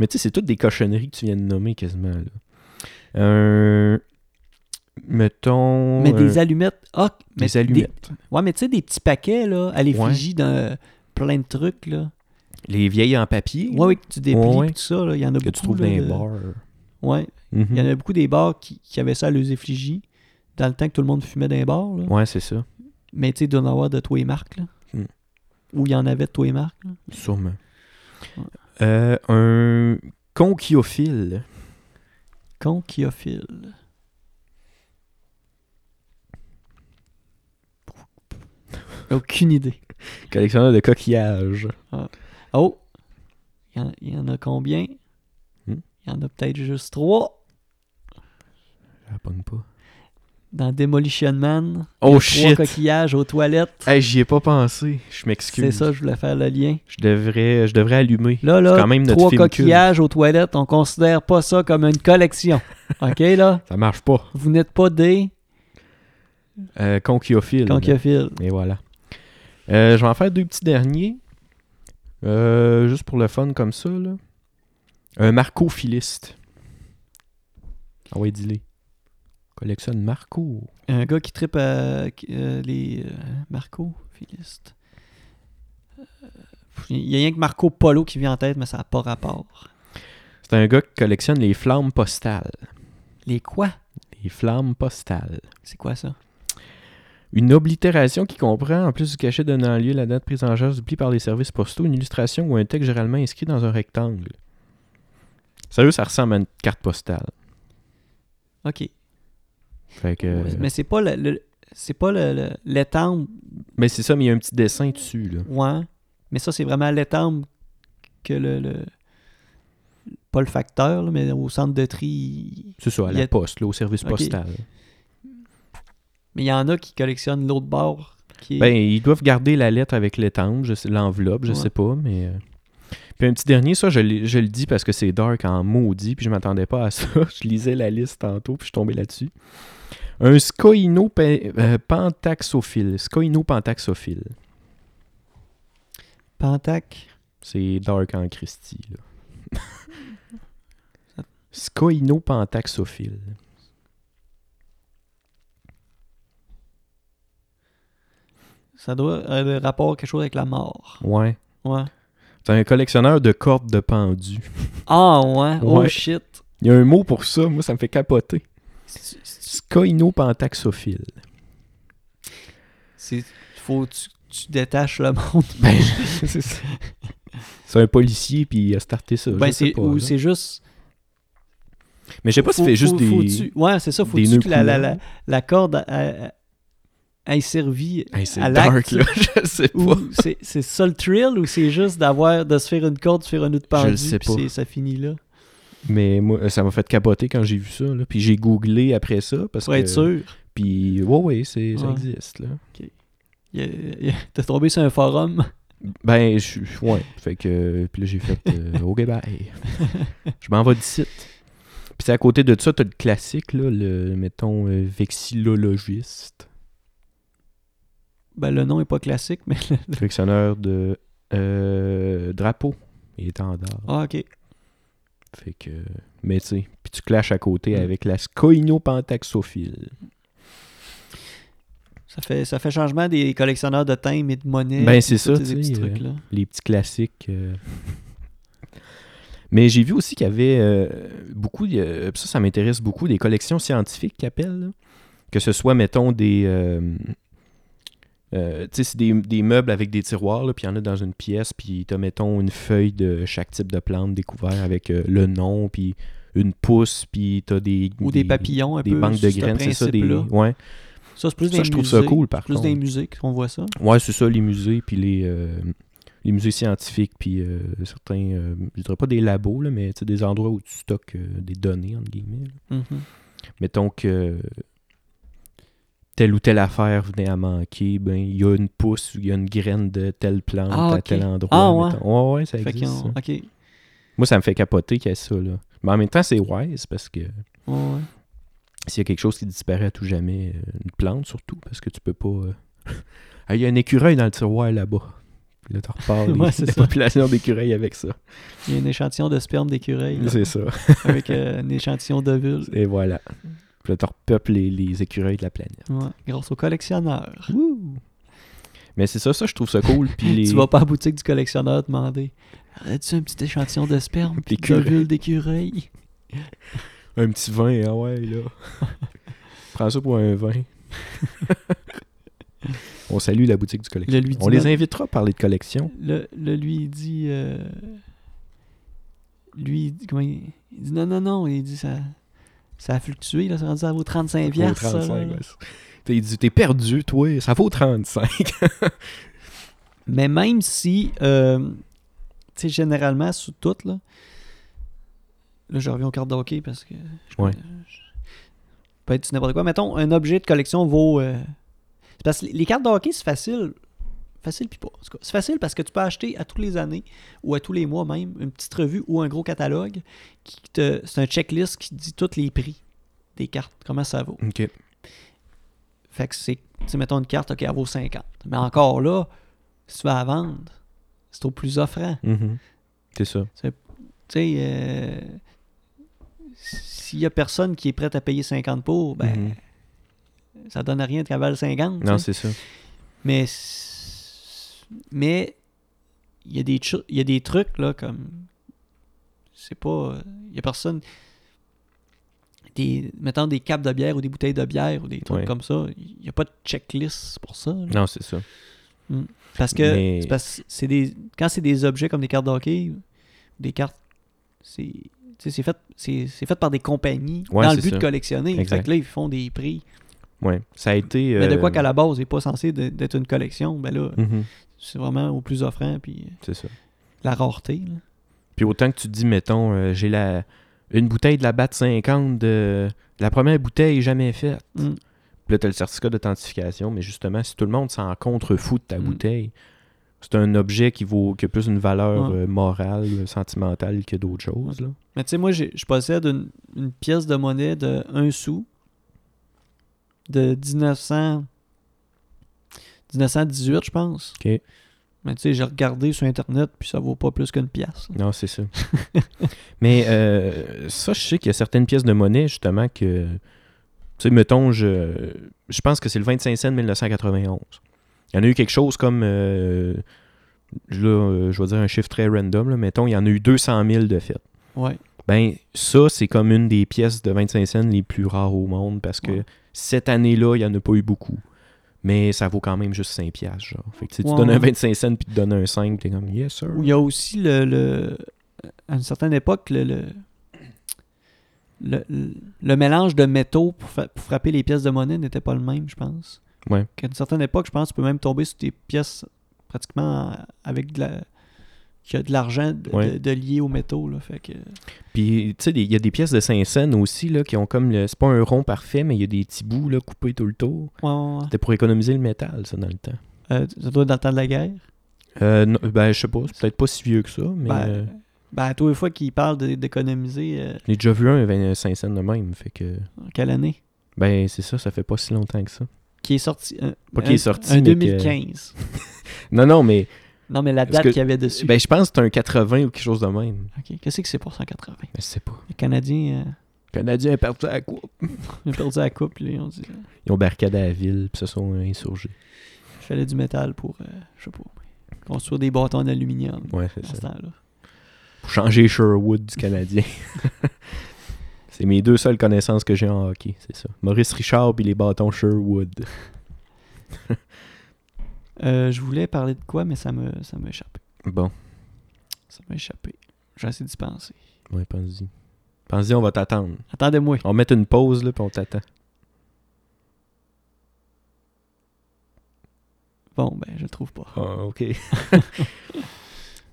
Speaker 2: Mais tu sais, c'est toutes des cochonneries que tu viens de nommer quasiment. Là. Un. Mettons.
Speaker 1: mais
Speaker 2: un-
Speaker 1: des allumettes ah mais
Speaker 2: des allumettes.
Speaker 1: Ouais, mais tu sais, des petits paquets, là, à l'effigie d'un plein de trucs, là.
Speaker 2: Les vieilles en papier
Speaker 1: Ouais, oui, que tu déplies
Speaker 2: Ouais, ouais.
Speaker 1: pis tout ça, là. Il y en a
Speaker 2: que
Speaker 1: beaucoup.
Speaker 2: tu trouves dans
Speaker 1: là,
Speaker 2: les
Speaker 1: de-
Speaker 2: bars.
Speaker 1: Ouais,
Speaker 2: Mhm.
Speaker 1: il y en a beaucoup des bars qui, qui avaient ça à leurs effigies, dans le temps que tout le monde fumait dans les bars, là.
Speaker 2: Ouais, c'est ça. Hmm.
Speaker 1: Mais tu sais, il doit y en avoir de tous les marques, là. Où il y en avait de toi et Marc. là.
Speaker 2: Sûrement.
Speaker 1: Ouais.
Speaker 2: Euh, un conchiophile.
Speaker 1: Conchiophile. Aucune idée.
Speaker 2: Collectionneur de coquillages.
Speaker 1: Oh! Il y en- il y, en a combien?
Speaker 2: Hmm?
Speaker 1: Il y en a peut-être juste trois.
Speaker 2: Je la pogne pas.
Speaker 1: Dans Demolition Man,
Speaker 2: Oh
Speaker 1: trois
Speaker 2: shit!
Speaker 1: coquillages aux toilettes.
Speaker 2: Hey, j'y ai pas pensé. Je
Speaker 1: C'est
Speaker 2: m'excuse.
Speaker 1: ça, je voulais faire le lien.
Speaker 2: Je devrais, je devrais allumer.
Speaker 1: Là,
Speaker 2: C'est
Speaker 1: là,
Speaker 2: quand même notre
Speaker 1: trois
Speaker 2: film culte.
Speaker 1: coquillages aux toilettes, on considère pas ça comme une
Speaker 2: <laughs>
Speaker 1: collection. OK, là?
Speaker 2: Ça marche pas.
Speaker 1: Vous n'êtes pas des
Speaker 2: Euh, conchiophile.
Speaker 1: conchiophiles.
Speaker 2: Et voilà. Euh, je vais en faire deux petits derniers. Euh, juste pour le fun comme ça. Là. Un marcophiliste. Ah ouais, dis-les. Collectionne Marco.
Speaker 1: Un gars qui tripe à qui- euh, les euh, Marco, Philiste. Il y a rien que Marco Polo qui vient en tête, mais ça n'a pas rapport.
Speaker 2: C'est un gars qui collectionne les flammes postales.
Speaker 1: Les quoi?
Speaker 2: Les flammes postales.
Speaker 1: C'est quoi ça?
Speaker 2: Une oblitération qui comprend, en plus du cachet donnant lieu à la date prise en charge du pli par les services postaux, une illustration ou un texte généralement inscrit dans un rectangle. Sérieux, ça ressemble à une carte postale.
Speaker 1: OK.
Speaker 2: Fait que...
Speaker 1: Mais c'est pas le... le- c'est pas le- le- l'étampe,
Speaker 2: Mais c'est ça, mais il y a un petit dessin dessus, là.
Speaker 1: ouais. Mais ça, c'est vraiment l'étampe que le, le- Pas le facteur, là, mais au centre de tri... il-
Speaker 2: C'est ça, à
Speaker 1: Il y
Speaker 2: la
Speaker 1: a-
Speaker 2: poste, là, au service
Speaker 1: Ok.
Speaker 2: postal.
Speaker 1: Mais il y en a qui collectionnent l'autre bord. Qui est-
Speaker 2: Ben, ils doivent garder la lettre avec l'étampe, je sais- l'enveloppe, je
Speaker 1: Ouais.
Speaker 2: sais pas, mais... euh. Puis un petit dernier, ça, je, l'ai- je le dis parce que c'est dark en maudit, puis je m'attendais pas à ça. <laughs> je lisais la liste tantôt, puis je suis tombé là-dessus. Un scoino pe- euh, pentaxophile. Scoino pentaxophile.
Speaker 1: Pentac.
Speaker 2: C'est dark en Christie,
Speaker 1: <laughs>
Speaker 2: là. scoino pentaxophile.
Speaker 1: Ça doit avoir le rapport quelque chose avec la mort.
Speaker 2: Ouais.
Speaker 1: Ouais.
Speaker 2: C'est un collectionneur de cordes de pendu.
Speaker 1: Ah ouais? Oh
Speaker 2: Ouais.
Speaker 1: shit.
Speaker 2: Il y a un mot pour ça, moi, ça me fait capoter.
Speaker 1: C'est- c'est-
Speaker 2: Scoinopentaxophile.
Speaker 1: c'est- Faut que tu, tu détaches le monde. <laughs>
Speaker 2: Ben, c'est ça. C'est un policier, puis il a starté ça.
Speaker 1: Ben,
Speaker 2: je sais
Speaker 1: c'est
Speaker 2: pas,
Speaker 1: ou
Speaker 2: là.
Speaker 1: c'est juste.
Speaker 2: Mais je sais pas si
Speaker 1: Faut,
Speaker 2: c'est juste
Speaker 1: faut-
Speaker 2: des.
Speaker 1: faut tu- Ouais, c'est ça. Faut
Speaker 2: des
Speaker 1: tu
Speaker 2: nœuds
Speaker 1: que la, la, la,
Speaker 2: coulants.
Speaker 1: la corde a- a- a- ait servi
Speaker 2: Hey, c'est
Speaker 1: à
Speaker 2: dark,
Speaker 1: l'acte.
Speaker 2: là. <laughs> Je sais pas.
Speaker 1: Ou c'est c'est ça le thrill ou c'est juste d'avoir de se faire une corde, se faire un nœud de pendu,
Speaker 2: le sais
Speaker 1: puis
Speaker 2: pas.
Speaker 1: c'est- ça finit là.
Speaker 2: Mais moi, euh, ça m'a fait capoter quand j'ai vu ça. Là. Puis j'ai googlé après ça. Parce
Speaker 1: Pour
Speaker 2: que...
Speaker 1: être sûr,
Speaker 2: Puis, ouais, ouais, c'est- ça
Speaker 1: Ouais.
Speaker 2: existe. Là.
Speaker 1: il y a- il y a- t'es tombé sur un forum. <laughs>
Speaker 2: Ben, je suis. Ouais. Fait que. Puis là, j'ai fait. euh, OK,
Speaker 1: <laughs>
Speaker 2: bye. je m'en vais d'ici. Puis c'est à côté de ça, t'as le classique, là, le, mettons, euh, vexillologiste.
Speaker 1: Ben, le nom est pas classique, mais. le-
Speaker 2: collectionneur de euh, drapeaux et étendards.
Speaker 1: Ah, ok.
Speaker 2: Fait que. Mais tu sais, puis tu clashes à côté
Speaker 1: Mm.
Speaker 2: avec la scoinopentaxophile.
Speaker 1: Ça fait, ça fait changement des collectionneurs de thèmes et de monnaie.
Speaker 2: Ben,
Speaker 1: puis
Speaker 2: c'est ça,
Speaker 1: tous ces
Speaker 2: tu
Speaker 1: petits
Speaker 2: sais, euh,
Speaker 1: trucs-là.
Speaker 2: Les petits classiques. euh. Mais j'ai vu aussi qu'il y avait euh, beaucoup, euh, ça, ça m'intéresse beaucoup, des collections scientifiques qu'ils appellent. là. Que ce soit, mettons, des. euh, euh, tu sais, c'est des, des meubles avec des tiroirs, là, puis il y en a dans une pièce, puis t'as, mettons, une feuille de chaque type de plante découvert avec euh, le nom, puis une pousse, puis t'as des...
Speaker 1: Ou des, papillons un
Speaker 2: des
Speaker 1: peu.
Speaker 2: banques de
Speaker 1: ce
Speaker 2: graines, c'est ça, des...
Speaker 1: principe-là.
Speaker 2: Ouais.
Speaker 1: Ça, c'est plus
Speaker 2: Ça,
Speaker 1: des
Speaker 2: je trouve
Speaker 1: musées.
Speaker 2: ça cool, Ah. par
Speaker 1: Plus
Speaker 2: contre.
Speaker 1: des musées qu'on voit ça.
Speaker 2: Ouais, c'est ça, les musées, puis les, euh, les musées scientifiques, puis euh, certains, euh, je dirais pas des labos, là, mais tu sais, des endroits où tu stockes euh, des données, entre guillemets. là.
Speaker 1: Mhm.
Speaker 2: Mettons que euh, telle ou telle affaire venait à manquer, ben il y a une pousse ou il y a une graine de telle plante
Speaker 1: Ah,
Speaker 2: à
Speaker 1: ok.
Speaker 2: tel endroit.
Speaker 1: Ah, ouais.
Speaker 2: mettons. ouais, ouais, ça
Speaker 1: Fait
Speaker 2: existe.
Speaker 1: qu'ils ont-
Speaker 2: ça.
Speaker 1: OK. Ouais,
Speaker 2: Moi, ça me fait capoter qu'il y ait ça, là. Mais en même temps, c'est wise, parce que
Speaker 1: ouais.
Speaker 2: s'il y a quelque chose qui disparaît à tout jamais, euh, une plante surtout, parce que tu peux pas. euh, <laughs> Ah, Il y a un écureuil dans le tiroir là-bas. Puis là, tu
Speaker 1: <laughs>
Speaker 2: repars
Speaker 1: Ouais,
Speaker 2: les-
Speaker 1: c'est
Speaker 2: <laughs> la
Speaker 1: ça.
Speaker 2: population d'écureuils avec ça.
Speaker 1: Il y a un échantillon de sperme d'écureuil là,
Speaker 2: <laughs> C'est ça.
Speaker 1: avec euh, un échantillon d'ovule.
Speaker 2: Et voilà. Puis là, tu repeuples les, les écureuils de la planète.
Speaker 1: Ouais, grâce au collectionneur.
Speaker 2: Mais c'est ça, ça, je trouve ça cool.
Speaker 1: <laughs>
Speaker 2: Puis les...
Speaker 1: Tu vas pas à la boutique du collectionneur demander Aurais-tu un petit échantillon de
Speaker 2: <laughs>
Speaker 1: sperme puis
Speaker 2: D'écureuil.
Speaker 1: d'ovule d'écureuil
Speaker 2: <laughs> Un petit vin,
Speaker 1: <laughs>
Speaker 2: ah ouais, là. Prends ça pour un vin. On On salue la boutique du collection.
Speaker 1: Le lui
Speaker 2: On
Speaker 1: dit
Speaker 2: les
Speaker 1: même-
Speaker 2: invitera à parler de collection.
Speaker 1: Là, là, lui, il dit. euh, lui, il dit, comment il... il dit non, non, non. Il dit ça, ça a fluctué. Là, c'est rendu à vos 35
Speaker 2: Au
Speaker 1: piastres.
Speaker 2: 35,
Speaker 1: ça, là.
Speaker 2: ouais. T'es- Il dit, t'es perdu, toi, ça vaut 35.
Speaker 1: Mais même si, euh, tu sais, généralement, sous toutes, là, là, je reviens aux cartes de hockey parce que. je-
Speaker 2: Ouais.
Speaker 1: je- peut être n'importe quoi. Mettons, un objet de collection vaut. euh, c'est parce que les- les cartes de hockey, c'est facile. Facile, puis pas. En tout cas, C'est facile parce que tu peux acheter à tous les années ou à tous les mois même une petite revue ou un gros catalogue. qui te C'est un checklist qui dit tous les prix des cartes, comment ça vaut.
Speaker 2: OK.
Speaker 1: Fait que c'est, tu sais, mettons une carte, ok, elle vaut 50. Mais encore là, si tu vas la vendre, c'est au plus offrant.
Speaker 2: Mhm. C'est ça.
Speaker 1: Tu sais, euh, s'il y a personne qui est prête à payer 50 pour, ben,
Speaker 2: Mhm.
Speaker 1: ça donne à rien de qu'elle vale 50. tu
Speaker 2: Non,
Speaker 1: sais.
Speaker 2: c'est ça.
Speaker 1: Mais, s- mais, il y, a des chu- il y a des trucs, là, comme, c'est pas, euh, il y a personne, des, mettons des capes de bière ou des bouteilles de bière ou des trucs
Speaker 2: Ouais.
Speaker 1: comme ça, il n'y a pas de checklist pour ça. là.
Speaker 2: Non, c'est ça.
Speaker 1: Parce que
Speaker 2: Mais-
Speaker 1: c'est parce que c'est des quand c'est des objets comme des cartes d'hockey, des cartes c'est tu sais, c'est fait c'est c'est fait par des compagnies
Speaker 2: Ouais,
Speaker 1: dans le
Speaker 2: c'est
Speaker 1: but
Speaker 2: ça.
Speaker 1: de collectionner.
Speaker 2: Exact.
Speaker 1: Fait que là ils font des prix.
Speaker 2: Ouais. Ça a été.
Speaker 1: Mais de
Speaker 2: euh,
Speaker 1: quoi qu'à la base n'est pas censé de- d'être une collection, ben là
Speaker 2: Mhm.
Speaker 1: c'est vraiment au plus offrant puis euh,
Speaker 2: C'est ça.
Speaker 1: la rareté. là.
Speaker 2: Puis autant que tu te dis, mettons, euh, j'ai la une bouteille de la BAT 50 de la première bouteille jamais faite.
Speaker 1: Mm.
Speaker 2: Puis là, tu as le certificat d'authentification, mais justement, si tout le monde s'en contrefout de ta
Speaker 1: Mm.
Speaker 2: bouteille, c'est un objet qui vaut qui a plus une valeur
Speaker 1: Ouais.
Speaker 2: euh, morale, sentimentale que d'autres choses. Là.
Speaker 1: Mais tu sais moi j'ai- je possède une, une pièce de monnaie de 1 sou de 1900 1918 je pense.
Speaker 2: OK.
Speaker 1: Mais tu sais, j'ai regardé sur Internet, puis ça vaut pas plus qu'une pièce.
Speaker 2: Non, c'est ça. <laughs> mais euh, ça, je sais qu'il y a certaines pièces de monnaie, justement, que. Tu sais, mettons, je, je pense que c'est le 25 cents 1991. Il y en a eu quelque chose comme. euh, là, euh, je vais dire un chiffre très random, là, mettons, il y en a eu 200 000 de fait.
Speaker 1: Ouais.
Speaker 2: Ben, ça, c'est comme une des pièces de 25 cents les plus rares au monde parce que
Speaker 1: Ouais.
Speaker 2: cette année-là, il n'y en a pas eu beaucoup. Mais ça vaut quand même juste 5 piastres, genre. Fait que tu sais, tu
Speaker 1: Ouais,
Speaker 2: donnes un
Speaker 1: ouais.
Speaker 2: 25 cents puis tu donnes un 5, t'es comme, yes, sir.
Speaker 1: Ou il y a aussi le, le- à une certaine époque le le, le, le- le mélange de métaux pour, fa- pour frapper les pièces de monnaie n'était pas le même, je pense.
Speaker 2: Ouais.
Speaker 1: Qu'à une certaine époque, je pense, tu peux même tomber sur des pièces pratiquement avec de la qui a de l'argent de,
Speaker 2: Ouais.
Speaker 1: de- de lié aux métaux là, fait que
Speaker 2: Puis, tu sais, des- il y a des pièces de Saint-Saëns aussi, là, qui ont comme le. C'est pas un rond parfait, mais il y a des petits bouts, là, coupés tout le tour.
Speaker 1: Ouais, ouais, ouais.
Speaker 2: C'était pour économiser le métal, ça, dans le temps.
Speaker 1: Euh, ça doit être dans le temps de la guerre.
Speaker 2: Euh, non, ben, je sais pas, c'est peut-être pas si vieux que ça, mais.
Speaker 1: Ben,
Speaker 2: euh,
Speaker 1: Ben, à tous les fois qu'ils parlent de- d'économiser, euh,
Speaker 2: j'ai déjà vu un avec un Saint-Saëns de même, fait que.
Speaker 1: en quelle année
Speaker 2: Ben, c'est ça, ça fait pas si longtemps que ça.
Speaker 1: Qui est sorti un-
Speaker 2: Pas qu'il
Speaker 1: un-
Speaker 2: est sorti,
Speaker 1: un
Speaker 2: mais que-
Speaker 1: 2015.
Speaker 2: Non, non, mais.
Speaker 1: Non, mais la
Speaker 2: Est-ce
Speaker 1: date
Speaker 2: que-
Speaker 1: qu'il y avait dessus.
Speaker 2: Ben, je pense que c'est un 80 ou quelque chose de même.
Speaker 1: Ok. Qu'est-ce que c'est pour 180
Speaker 2: Je sais pas.
Speaker 1: Les Canadiens euh,
Speaker 2: Le Canadien est parti à la coupe.
Speaker 1: <laughs> ont perdu la coupe, là, ils ont dit euh,
Speaker 2: Ils ont barricadé la ville, puis se sont insurgés.
Speaker 1: il fallait du métal pour, euh, je sais pas, construire des bâtons en aluminium
Speaker 2: Ouais, c'est
Speaker 1: dans ce
Speaker 2: ça.
Speaker 1: temps-là.
Speaker 2: Pour changer Sherwood du <laughs> Canadien. c'est mes deux seules connaissances que j'ai en hockey, c'est ça. Maurice Richard puis les bâtons Sherwood.
Speaker 1: Euh, je voulais parler de quoi, mais ça me ça m'a échappé.
Speaker 2: Bon,
Speaker 1: Ça m'a échappé. J'ai assez d'y penser.
Speaker 2: ouais, pense-y. Pense-y, on va t'attendre.
Speaker 1: Attendez-moi.
Speaker 2: On met une pause, là, puis on t'attend.
Speaker 1: Bon, ben, je le trouve pas.
Speaker 2: Ah, <laughs> OK.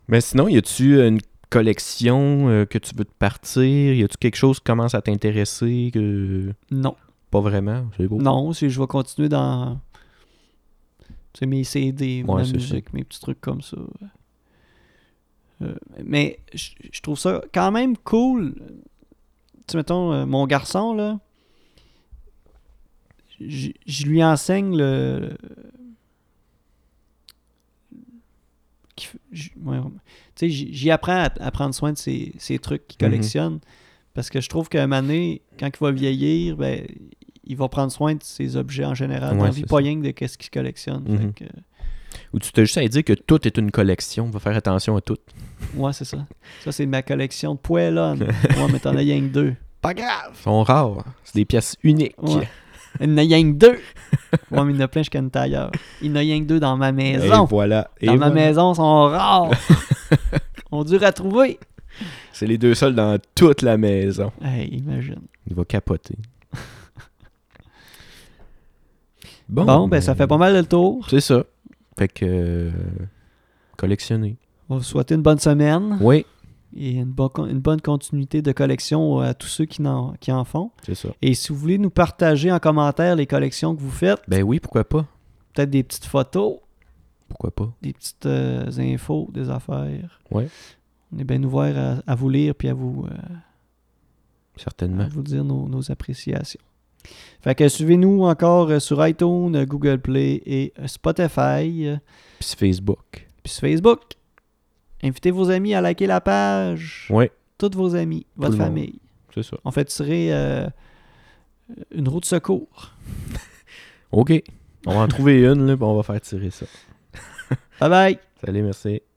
Speaker 2: Mais sinon, y a-tu une collection euh, que tu veux te partir? Y a-tu quelque chose qui commence à t'intéresser? Que...
Speaker 1: Non.
Speaker 2: Pas vraiment, c'est beau.
Speaker 1: Non, c'est- je vais continuer dans. C'est mes CD,
Speaker 2: Ouais,
Speaker 1: ma
Speaker 2: c'est ça.
Speaker 1: musique, mes petits trucs comme ça. Euh, mais je je trouve ça quand même cool. Tu sais, mettons, euh, mon garçon, là, je je lui enseigne le. qu'il f- j- ouais, tu sais, j'y j'y apprends à, à prendre soin de ses, ses trucs qu'il
Speaker 2: Mhm.
Speaker 1: collectionne. Parce que je trouve qu'à un moment donné, quand il va vieillir, ben, il va prendre soin de ses objets en général.
Speaker 2: Ouais,
Speaker 1: dans la vie,
Speaker 2: c'est
Speaker 1: pas
Speaker 2: ça.
Speaker 1: rien que de qu'est-ce qu'il collectionne. Fait
Speaker 2: Mhm.
Speaker 1: que-
Speaker 2: Ou tu t'es juste à dire que tout est une collection, va faire attention à tout.
Speaker 1: ouais, c'est ça. Ça, c'est ma collection de poêles.
Speaker 2: <laughs>
Speaker 1: là. Moi, mais t'en as rien que deux.
Speaker 2: Pas grave. Ils sont rares. C'est des pièces uniques.
Speaker 1: Ouais. Il y en a rien que deux. Moi, il y en a plein jusqu'à une tailleur. Il n'y en a rien que deux dans ma maison.
Speaker 2: Et voilà. Et
Speaker 1: dans ma
Speaker 2: voilà.
Speaker 1: maison, sont
Speaker 2: <laughs>
Speaker 1: rares. On dure à trouver.
Speaker 2: C'est les deux seuls dans toute la maison.
Speaker 1: Hey, imagine.
Speaker 2: Il va <laughs> capoter.
Speaker 1: Bon, ben ça fait pas mal le tour.
Speaker 2: C'est ça. Fait que. euh, collectionner.
Speaker 1: On vous souhaite une bonne semaine
Speaker 2: Oui,
Speaker 1: et une, bonne con- une bonne continuité de collection à tous ceux qui, n'en- qui en font.
Speaker 2: c'est ça.
Speaker 1: Et si vous voulez nous partager en commentaire les collections que vous faites,
Speaker 2: Ben oui, pourquoi pas?
Speaker 1: peut-être des petites photos,
Speaker 2: Pourquoi pas?
Speaker 1: des petites euh, infos, des affaires.
Speaker 2: Ouais.
Speaker 1: On est bien ouvert à, à vous lire puis à vous, euh, à
Speaker 2: Certainement.
Speaker 1: vous dire nos, nos appréciations. Fait que suivez-nous encore euh, sur iTunes, euh, Google Play et euh, Spotify, euh,
Speaker 2: Ah. Puis sur Facebook.
Speaker 1: puis sur Facebook. Invitez vos amis à liker la page.
Speaker 2: Oui,
Speaker 1: Toutes vos amis, votre
Speaker 2: le monde.
Speaker 1: famille.
Speaker 2: c'est ça.
Speaker 1: On fait tirer euh, une roue de secours.
Speaker 2: OK. On va en trouver une, là, puis on va faire tirer ça.
Speaker 1: Bye bye!
Speaker 2: Salut, merci.